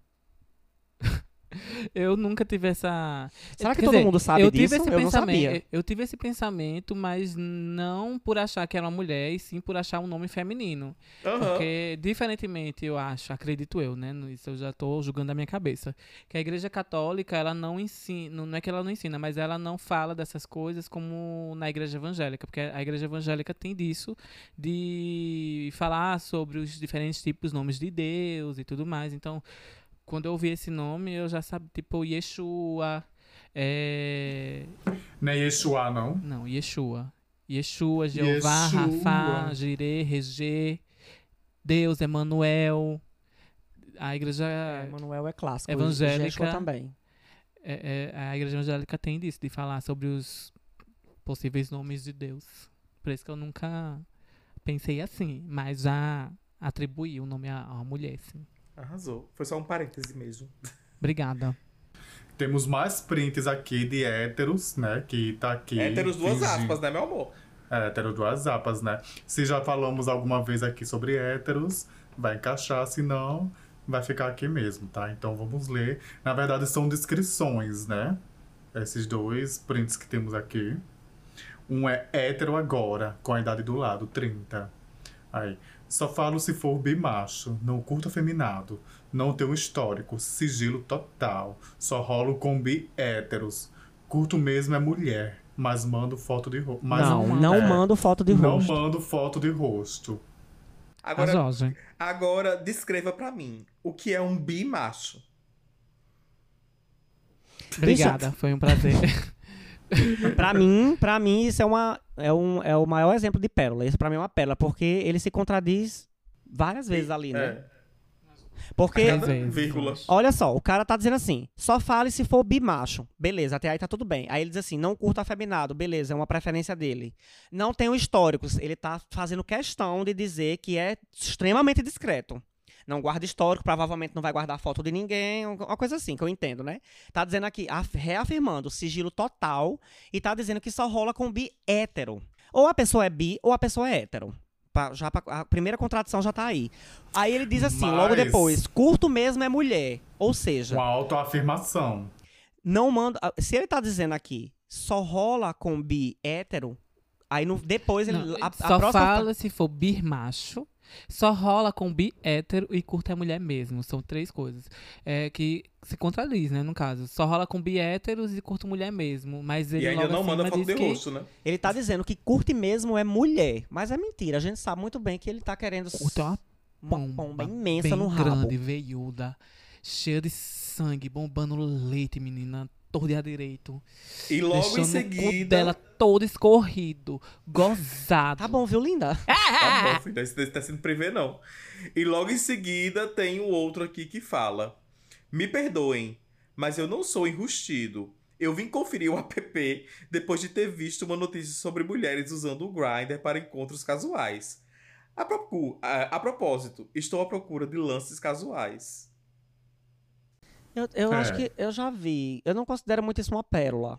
Eu nunca tive essa. Será que É, Quer todo dizer, mundo sabe eu disso? tive esse eu não pensamento, sabia. Eu tive esse pensamento, mas não por achar que era uma mulher, e sim por achar um nome feminino. Aham. Porque, diferentemente, eu acho, acredito eu, né? no- Isso eu já tô julgando da minha cabeça. Que a igreja católica, ela não ensina, não é que ela não ensina, mas ela não fala dessas coisas como na igreja evangélica. Porque a igreja evangélica tem disso, de falar sobre os diferentes tipos, nomes de Deus e tudo mais. Então, quando eu ouvi esse nome, eu já sabia, tipo, Yeshua. É... Nem Yeshua, não. Não, Yeshua. Yeshua, Jeová, Yeshua. Rafa, Jirê, Regê, Deus, Emanuel, a igreja É, Manuel é clássico. evangélica. E Jeshua também. é- é- a igreja evangélica tem disso, de falar sobre os possíveis nomes de Deus. Por isso que eu nunca pensei assim, mas já atribuí o nome a, a uma mulher, sim. Arrasou. Foi só um parêntese mesmo. Obrigada. Temos mais prints aqui de héteros, né? Que tá aqui. Héteros duas fingindo- aspas, né, meu amor? É, hétero duas aspas, né? Se já falamos alguma vez aqui sobre héteros, vai encaixar, se não, vai ficar aqui mesmo, tá? Então vamos ler. Na verdade, são descrições, né? Esses dois prints que temos aqui. Um é hétero agora, com a idade do lado, 30. Aí. Só falo se for bimacho, não curto afeminado, não tenho histórico, sigilo total, só rolo com bi héteros. Curto mesmo é mulher, mas mando foto de roupa. Mas não, uma- não é. mando foto de não rosto. mando foto de rosto. A Agora, Jorge. agora descreva pra mim o que é um bi macho. Obrigada, foi um prazer. Pra mim, pra mim, isso é, uma, é, um, é o maior exemplo de pérola. Isso pra mim é uma pérola, porque ele se contradiz várias vezes ali, né? É. Porque Cada vezes, vírgula. Olha só, o cara tá dizendo assim: só fale se for bimacho. Beleza, até aí tá tudo bem. Aí ele diz assim: não curta afeminado. Beleza, é uma preferência dele. Não tem o histórico. Ele tá fazendo questão de dizer que é extremamente discreto. Não guarda histórico, provavelmente não vai guardar foto de ninguém, uma coisa assim, que eu entendo, né? Tá dizendo aqui, af- reafirmando, sigilo total, e tá dizendo que só rola com bi hétero. Ou a pessoa é bi, ou a pessoa é hétero. Pa- já pa- a primeira contradição já tá aí. Aí ele diz assim, logo Mas- depois, curto mesmo é mulher. Ou seja, Uma autoafirmação. não manda. ah, Se ele tá dizendo aqui, só rola com bi hétero, aí no, depois ele. Não, a, a só próxima fala se for bi macho, só rola com bi hétero e curta a mulher mesmo. São três coisas. É, que se contradiz, né, no caso. Só rola com bi héteros e curta mulher mesmo. Mas ele E ainda logo não manda acima foto diz de que- rosto, né? Ele tá dizendo que curte mesmo é mulher. Mas é mentira. A gente sabe muito bem que ele tá querendo s- Curta é uma uma pomba, pomba imensa bem no rabo. grande, veiuda, cheia de sangue, bombando leite, menina, tordear direito. E logo deixando em o cu seguida. dela todo escorrido, gozado. Tá bom, viu, linda? Tá bom, filho, esse tá sendo prevê, não. E logo em seguida tem o outro aqui que fala: Me perdoem, mas eu não sou enrustido. Eu vim conferir o app depois de ter visto uma notícia sobre mulheres usando o Grindr para encontros casuais. A, procu- a- a propósito, estou à procura de lances casuais. Eu, eu É. acho que eu já vi. Eu não considero muito isso uma pérola.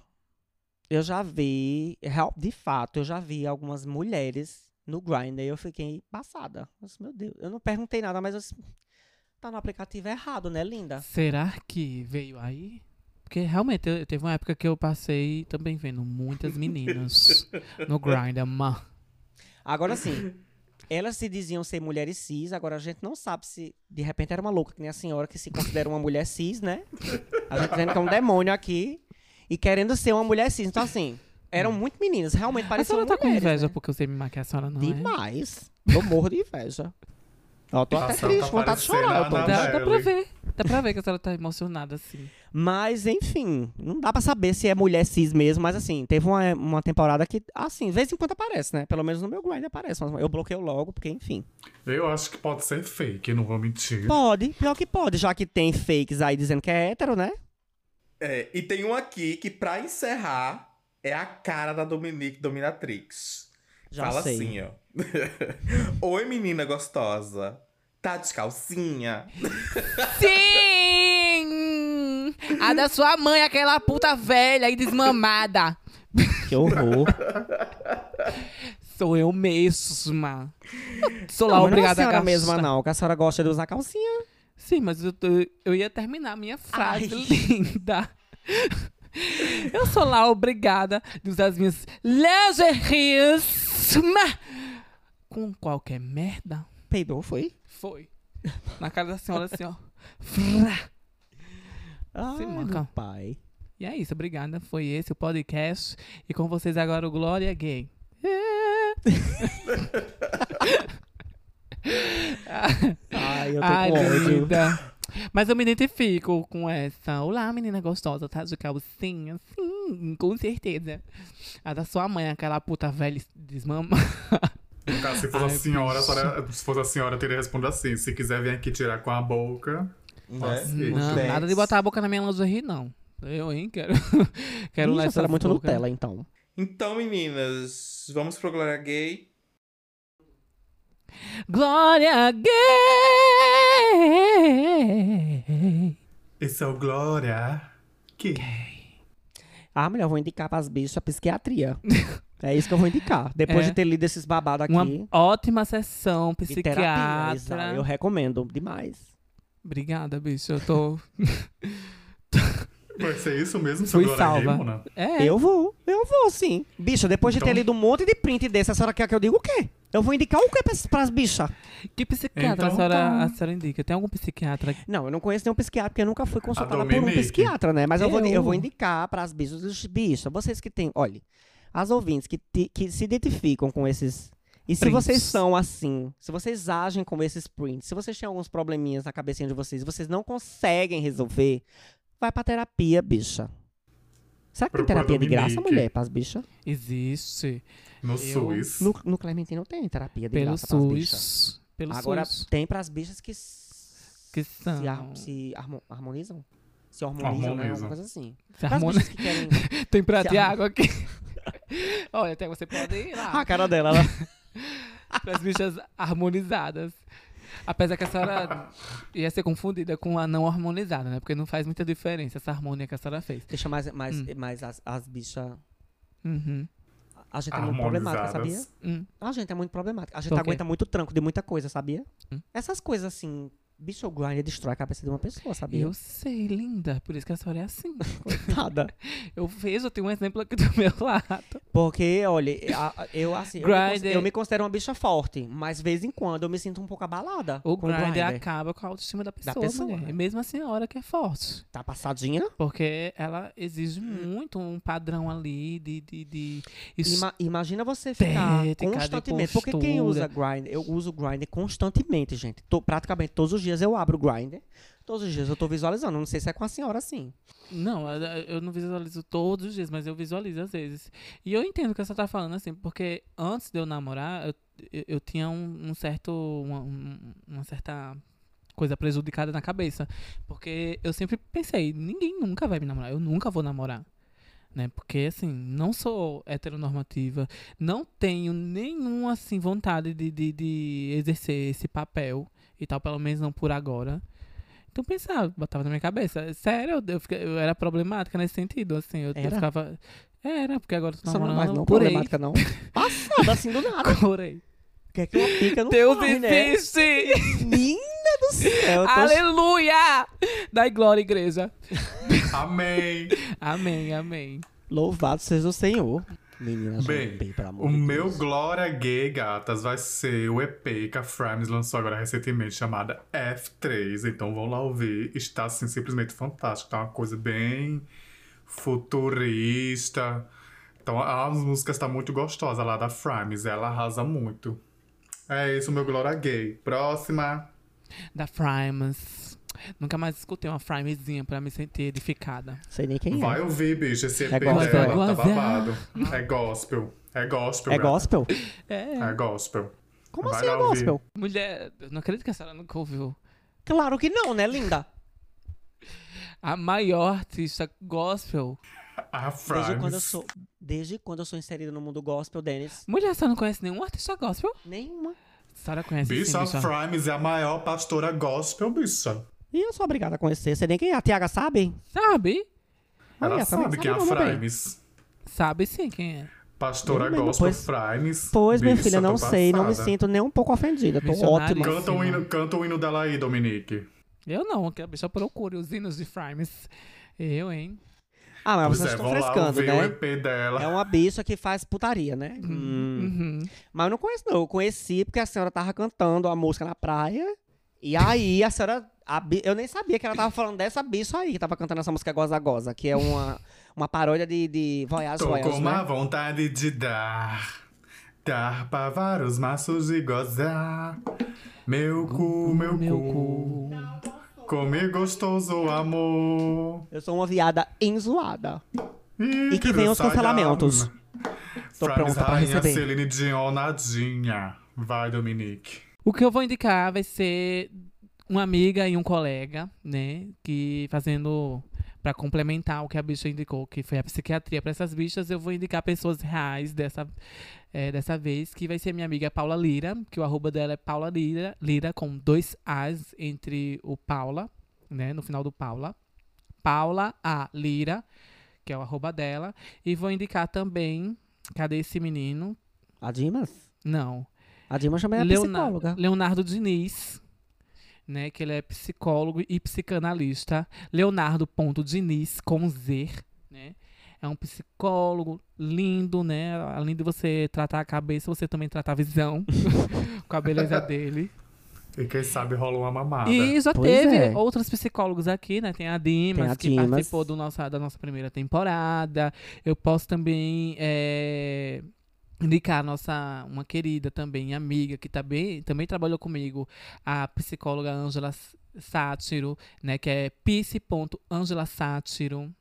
Eu já vi, real- de fato, eu já vi algumas mulheres no Grindr e eu fiquei passada. Eu disse, meu Deus, eu não perguntei nada, mas eu disse, tá no aplicativo errado, né, linda? Será que veio aí? Porque realmente eu- teve uma época que eu passei também vendo muitas meninas no é Grindr, mas Agora sim, elas se diziam ser mulheres cis, agora a gente não sabe se de repente era uma louca, que nem a senhora que se considera uma mulher cis, né? A gente tá vendo que é um demônio aqui e querendo ser uma mulher cis. Então, assim, eram muito meninas, realmente a pareciam senhora tá com mulheres, inveja né? porque eu sei me maquiar, a senhora não é? Demais. Eu morro de inveja. Ó, tô até Nossa, triste, tá vontade de parecendo chorar. a Eu tô. Ana- é? Dá, dá pra Ellen. ver, dá pra ver que a senhora tá emocionada assim. Mas, enfim, não dá pra saber se é mulher cis mesmo, mas assim, teve uma, uma temporada que, assim, de vez em quando aparece, né? Pelo menos no meu grind aparece, mas eu bloqueio logo, porque, enfim. Eu acho que pode ser fake, não vou mentir. Pode, pior que pode, já que tem fakes aí dizendo que é hétero, né? É, e tem um aqui que, pra encerrar, é a cara da Dominique Dominatrix. Já Fala sei. assim, ó. Oi, menina gostosa. Tá Né? de calcinha? Sim! A da sua mãe, aquela puta velha e desmamada. Que horror. Sou eu mesma. Sou lá Não, mas não é a obrigada a senhora gastar. mesma, não, que a senhora gosta de usar calcinha. Sim, mas eu, tô- eu ia terminar a minha frase Ai. linda. Eu sou lá obrigada de usar as minhas lingeries ma- com qualquer merda. Peidou, foi? Foi. Na cara da senhora assim, ó. Frá. Ai, manca. meu pai. E é isso, obrigada. Foi esse o podcast. E com vocês agora o Glória Gay. Ai, eu tô Ai, com ódio. linda. Mas eu me identifico com essa. Olá, menina gostosa, tá de calcinha? Sim, com certeza. A da sua mãe, aquela puta velha desmama. No caso, se fosse Ai, a senhora, a senhora- se fosse a senhora, eu teria respondido assim. Se quiser vir aqui tirar com a boca. Né? Nossa, Os Não, dentes. nada de botar a boca na minha lingerie, não. Eu, hein? Quero, quero Ih, lá já essa será muito boca. Nutella, então. Então, meninas, vamos pro Glória Gay. Glória Gay! Esse é o Glória. Que? Ah, mulher, eu vou indicar pras bichas a psiquiatria. é isso que eu vou indicar. Depois É. de ter lido esses babados aqui. Uma ótima sessão de terapia, psiquiatra. Isa, eu recomendo demais. Obrigada, bicho. Eu tô. Vai ser isso mesmo, seu Fui Glória né? salva. Raymond? É. Eu vou, eu vou sim. Bicha, depois de Então- ter lido um monte de print desse, a senhora quer que eu diga o quê? Eu vou indicar o quê pras, pras bichas? Que psiquiatra Então a, senhora, tá. a senhora indica? Tem algum psiquiatra? Não, eu não conheço nenhum psiquiatra, porque eu nunca fui consultada por um Dominique. psiquiatra, né? Mas eu, vou, Eu. eu vou indicar pras bichas. Bicha, vocês que têm. Olha, as ouvintes que, ti- que se identificam com esses. E se Prints. vocês são assim, se vocês agem com esses prints, se vocês têm alguns probleminhas na cabecinha de vocês e vocês não conseguem resolver, vai pra terapia, bicha. Será que tem Procura terapia de graça, Dominique. mulher, pras bichas? Existe. No Eu- SUS. No, no Clementino tem terapia de Pelo graça pras bichas. SUS. Pelo Agora SUS. tem pras bichas que, s- Que se, ar- são- se harmo- harmonizam. Se harmonizam, né? Harmonizam. Alguma coisa assim. Se Pras harmoni- bichas que querem... Tem prato se e harmo- água aqui. Olha, até você pode ir lá. a cara dela. Ela... Pras bichas harmonizadas. Apesar que a senhora ia ser confundida com a não harmonizada, né? Porque não faz muita diferença essa harmonia que a senhora fez. Deixa mais, mais, Hum. mais as, as bichas... Uhum. A gente é muito problemática, sabia? Harmonizadas. Hum. A gente é muito problemática. A gente Por quê? aguenta muito tranco de muita coisa, sabia? Hum. Essas coisas assim... Bicho grind destrói a cabeça de uma pessoa, sabia? Eu sei, linda. Por isso que a senhora é assim. Nada. Eu vejo, eu tenho um exemplo aqui do meu lado. Porque, olha, a- a- eu assim, eu me, cons- Grindr. eu me considero uma bicha forte, mas de vez em quando eu me sinto um pouco abalada. O com o grinder Grindr. acaba com a autoestima da pessoa, pessoa, mulher. né? E mesmo a senhora que é forte. Tá passadinha? Porque ela exige Hum. muito um padrão ali de. de, de isso- Ima- imagina você ficar Estética, de constantemente. Porque quem postura. usa Grindr, eu uso Grindr constantemente, gente. Tô- praticamente todos os dias eu abro o Grindr. Todos os dias eu tô visualizando. Não sei se é com a senhora assim. Não, eu- eu não visualizo todos os dias, mas eu visualizo às vezes. E eu entendo o que você tá falando, assim, porque antes de eu namorar, eu, eu- eu tinha um, um certo. Uma, um- uma certa coisa prejudicada na cabeça. Porque eu sempre pensei, ninguém nunca vai me namorar, eu nunca vou namorar. Né? Porque, assim, não sou heteronormativa, não tenho nenhuma, assim, vontade de, de, de exercer esse papel e tal, pelo menos não por agora. Então pensava, botava na minha cabeça. Sério, eu, eu, fica- eu era problemática nesse sentido, assim. Eu, eu Era? ficava. Era, É, né, porque agora eu tô Só não, namorando. mas não curei, problemática, não. Passada assim do nada. curei. Porque é que uma pica não Deus corre, né? existe! Linda do céu. eu tô- Aleluia! Dai glória, igreja. Amém! Amém, amém. Louvado seja o Senhor. Menina, Bem, Bem, pelo amor O de meu Deus. Glória Gay, gatas, vai ser o EP que a Frames lançou agora recentemente, chamada F3. Então vão lá ouvir. Está, assim, simplesmente fantástico. Tá uma coisa bem futurista. Então as músicas tá muito gostosa lá da Frames. Ela arrasa muito. É isso, meu Glória Gay. Próxima. Da Frimas. Nunca mais escutei uma Frimezinha pra me sentir edificada. Sei nem quem é. Vai ouvir, bicho. Esse EP gospel. dela tá Gospel. babado. É gospel. É gospel. é. É gata. gospel? É. É gospel. Como Vai assim é lá ouvir. gospel? Mulher, eu não acredito que a senhora nunca ouviu. Claro que não, né, linda? A maior artista gospel. A Desde quando eu Frames. sou, desde quando eu sou inserida no mundo gospel, Dennis, Mulher, a senhora não conhece nenhum artista gospel? nenhuma. A senhora conhece sim, Bicha bicha. Frames é a maior pastora gospel, bicha. E eu sou obrigada a conhecer. Você nem quem é. a Tiaga sabe? Sabe? Olha, Ela também sabe sabe quem é a não, meu bem. Frames. Sabe sim quem é. Pastora Eu mesmo, gospel pois- Frames. Pois, minha Bicha, filha, não tô sei, não me passada. sinto nem um pouco ofendida. Tô Missionária. ótima. Canta o, Sim, hino, mano. canta o hino dela aí, Dominique. Eu não, que a bicha procure os hinos de Frimes. Eu, hein? Ah, mas Pois vocês é, estão vão lá frescando, ouvir o né? EP dela. É uma bicha que faz putaria, né? Hum. Uhum. Mas eu não conheço, não. Eu conheci porque a senhora tava cantando a música na praia. E aí a senhora. a bi- eu nem sabia que ela tava falando dessa bicha aí, que tava cantando essa música Goza Goza, que é uma, uma paródia de, de Voyage Tô com Voyage. uma Né? vontade de dar. Dar pra vários maços e gozar. Meu cu, meu, Meu cu. cu. Comer gostoso, amor. Eu sou uma viada enzoada. Ih, E que venham os criançada. cancelamentos. Tô Frames pronta pra Rainha, receber. Celine Dion, nadinha. Vai, Dominique. O que eu vou indicar vai ser uma amiga e um colega, né? Que fazendo. Pra complementar o que a bicha indicou, que foi a psiquiatria pra essas bichas, eu vou indicar pessoas reais dessa, eh, dessa vez, que vai ser minha amiga Paula Lira, que o arroba dela é Paula Lira, Lira com dois As entre o Paula, né? No final do Paula. Paula A Lira, que é o arroba dela. E vou indicar também. Cadê esse menino? A Dimas? Não. A Dimas também é Leonardo, psicóloga. Leonardo Diniz, né? Que ele é psicólogo e psicanalista. Leonardo.diniz com Z, né? É um psicólogo lindo, né? Além de você tratar a cabeça, você também trata a visão com a beleza dele. E quem sabe rola uma mamada. E já Pois teve é. outros psicólogos aqui, né? Tem a Dimas, Tem a que Dimas. participou do nossa, da nossa primeira temporada. Eu posso também é, indicar a nossa, uma querida também, amiga, que também, também trabalhou comigo, a psicóloga Ângela Sátiro, né? Que é pis.angela Sátiro.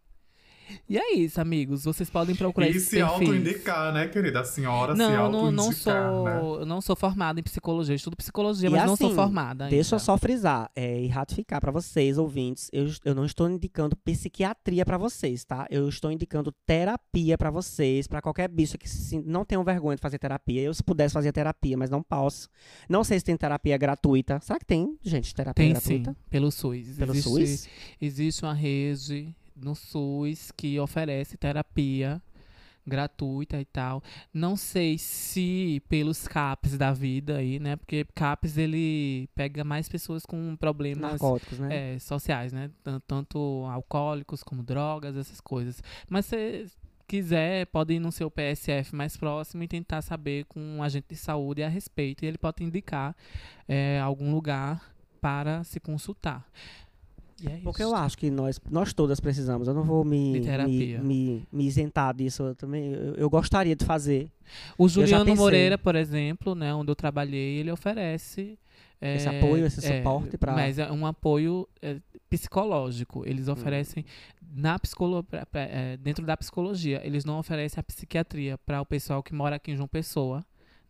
E é isso, amigos. Vocês podem procurar E esses se perfis. autoindicar, né, querida? A senhora se Não, não, autoindicar, não sou, né? eu não sou formada em psicologia. Eu estudo psicologia, E mas não sou assim, formada. Deixa eu ainda. só frisar é, e ratificar pra vocês, ouvintes. Eu, eu não estou indicando psiquiatria pra vocês, tá? Eu estou indicando terapia pra vocês, pra qualquer bicho que se sin- não tenha vergonha de fazer terapia. Eu, se pudesse fazer terapia, mas não posso. Não sei se tem terapia gratuita. Será que tem, gente, terapia Tem sim, gratuita? pelo SUS. Pelo Existe- SUS? Existe uma rede no SUS que oferece terapia gratuita e tal. Não sei se pelos CAPs da vida aí, né? Porque CAPs ele pega mais pessoas com problemas Narcóticos, né? é, sociais, né? Tan- Tanto alcoólicos como drogas, essas coisas. Mas se quiser, pode ir no seu PSF mais próximo e tentar saber com um agente de saúde a respeito. E ele pode indicar é, algum lugar para se consultar. E é Porque isso. eu acho que nós, nós todas precisamos. Eu não vou me, De terapia. me, me, me isentar disso. Eu, também, eu, eu gostaria de fazer O já Juliano pensei. Moreira, por exemplo, né, onde eu trabalhei, ele oferece é, Esse apoio, esse suporte pra- Mas é um apoio é, psicológico. Eles oferecem na psicolo... pra- pra- é, dentro da psicologia. Eles não oferecem a psiquiatria para o pessoal que mora aqui em João Pessoa,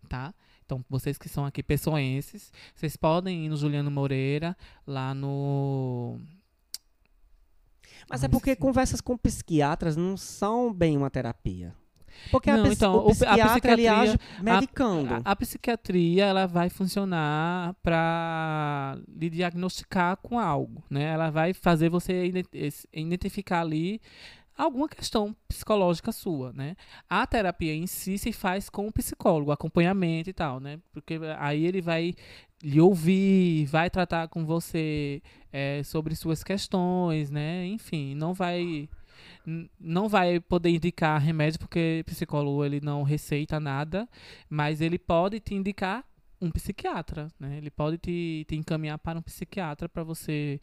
tá? Então, vocês que são aqui pessoenses, vocês podem ir no Juliano Moreira, lá no. Mas é Mas porque assim- conversas com psiquiatras não são bem uma terapia. Porque a Não, psi- então, o- o a psiquiatra ele psiquiatria- age medicando. A, a psiquiatria ela vai funcionar para lhe diagnosticar com algo, né? Ela vai fazer você iden- es- identificar ali alguma questão psicológica sua, né? A terapia em si se faz com o psicólogo, acompanhamento e tal, né? Porque aí ele vai lhe ouvir, vai tratar com você eh, sobre suas questões, né? Enfim, não vai n- não vai poder indicar remédio porque psicólogo ele não receita nada, mas ele pode te indicar um psiquiatra, né? Ele pode te, te encaminhar para um psiquiatra para você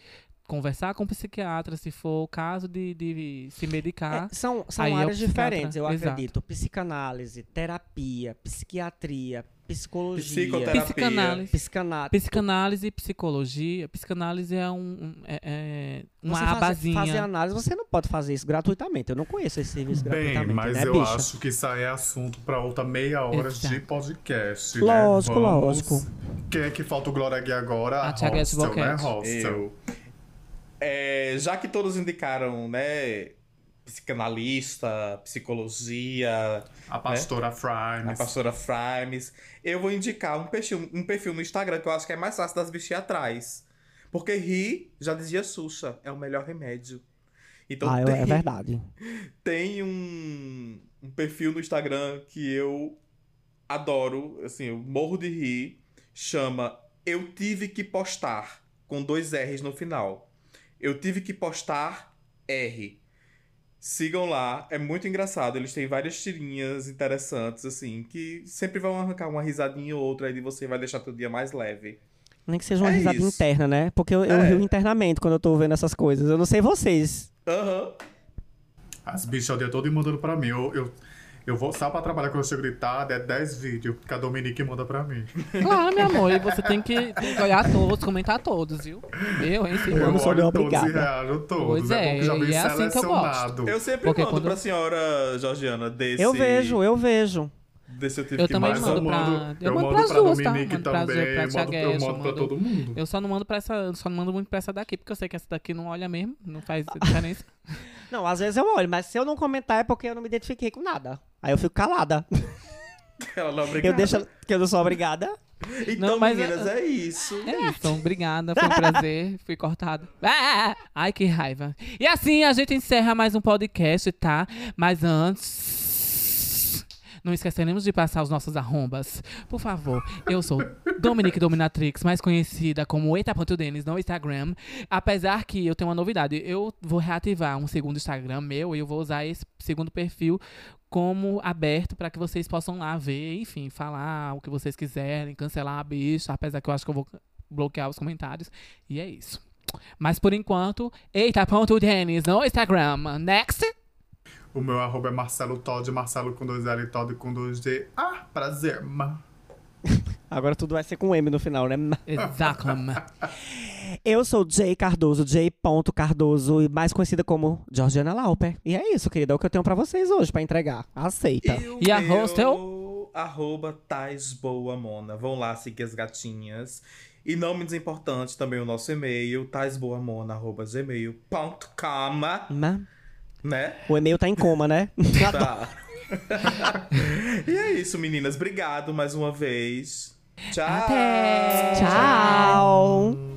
conversar com o psiquiatra, se for o caso de, de se medicar. É, são são aí é o áreas psiquiatra, diferentes, eu exato. acredito. Psicanálise, terapia, psiquiatria, psicologia, Psicoterapia. Psicanálise. psicanálise. Psicanálise e psicologia. Psicanálise é, um, um- é- é uma você fazer, abazinha. fazer análise, você não pode fazer isso gratuitamente. Eu não conheço esse serviço Bem, gratuitamente, mas né, eu bicha? acho que isso aí é assunto pra outra meia hora de Exato. podcast, Lógico, né? Vamos- lógico. Quem é que falta o Glória aqui agora? A Tia Guedes Hostel, né? Boquete. Hostel. Eu. É, já que todos indicaram, né? Psicanalista, psicologia, A pastora É? a Frimes. pastora Frames, eu vou indicar um perfil, um perfil no Instagram que eu acho que é mais fácil das bichinhas atrás. Porque rir, já dizia Xuxa, é o melhor remédio. Então Ah, eu- tem, é verdade. tem um, um perfil no Instagram que eu adoro, assim, eu morro de rir. Chama Eu Tive Que Postar, com dois R's no final. Eu Tive Que Postar R. Sigam lá, é muito engraçado. Eles têm várias tirinhas interessantes, assim, que sempre vão arrancar uma risadinha ou outra, aí você vai deixar teu dia mais leve. Nem que seja uma É risada isso. interna, né? Porque eu, eu É. rio internamente quando eu tô vendo essas coisas. Eu não sei vocês. Aham. As bichas o dia todo e mandando pra mim. Eu, eu, Eu vou só pra trabalhar quando eu chego gritada, é 10 vídeos que a Dominique manda pra mim. Claro, meu amor. E você tem que, tem que olhar todos, comentar todos, viu? Eu, hein, Eu não senhor. sou olho todos obrigada. e reajo todos. Pois é, bom é, que já vem e é assim que eu gosto. selecionado. Eu sempre Porque mando quando- pra senhora Georgiana desse. Eu vejo, eu vejo. Desse eu tive Eu que um. também mais mando eu pra- mando, eu eu mando mando pras pra duas, tá? Dominique Mando pras também, duas, pra eu mando, Tiaguesso, eu mando pra mando- todo mundo. Eu só não mando pra essa. eu Só não mando muito pra essa daqui, porque eu sei que essa daqui não olha mesmo, não faz diferença. Não, às vezes eu olho, mas se eu não comentar é porque eu não me identifiquei com nada. Aí eu fico calada. Ela não é Eu obrigada. deixo que eu não sou obrigada. Então, Não, mas meninas, é isso. É isso, então, obrigada, foi um prazer, fui cortado. Ah! Ai, que raiva. E assim a gente encerra mais um podcast, tá? Mas antes. Não esqueceremos de passar os nossos arrombas. Por favor, eu sou Dominique Dominatrix, mais conhecida como Eta.Denis no Instagram. Apesar que eu tenho uma novidade, eu vou reativar um segundo Instagram meu e eu vou usar esse segundo perfil como aberto para que vocês possam lá ver, enfim, falar o que vocês quiserem, cancelar a bicha, apesar que eu acho que eu vou bloquear os comentários. E é isso. Mas por enquanto, eita, ponto Denis no Instagram. Next! O meu arroba é Marcelo Todd, Marcelo com 2L e Todd com 2D. Ah, prazer, ma. Agora tudo vai ser com M no final, né? Exato. Eu sou Jay Cardoso, J. Cardoso, e mais conhecida como Georgiana Lauper. E é isso, querida, é o que eu tenho pra vocês hoje pra entregar. Aceita. tá. o E a é meu hostel? Arroba Tais Boa Mona. Vão lá seguir as gatinhas. E não menos importante, também o nosso e-mail, taisboamona.gmail.com, Mas né? O e-mail tá em coma, né? Tá. e é isso, meninas. Obrigado mais uma vez. Tchau. Até. Tchau.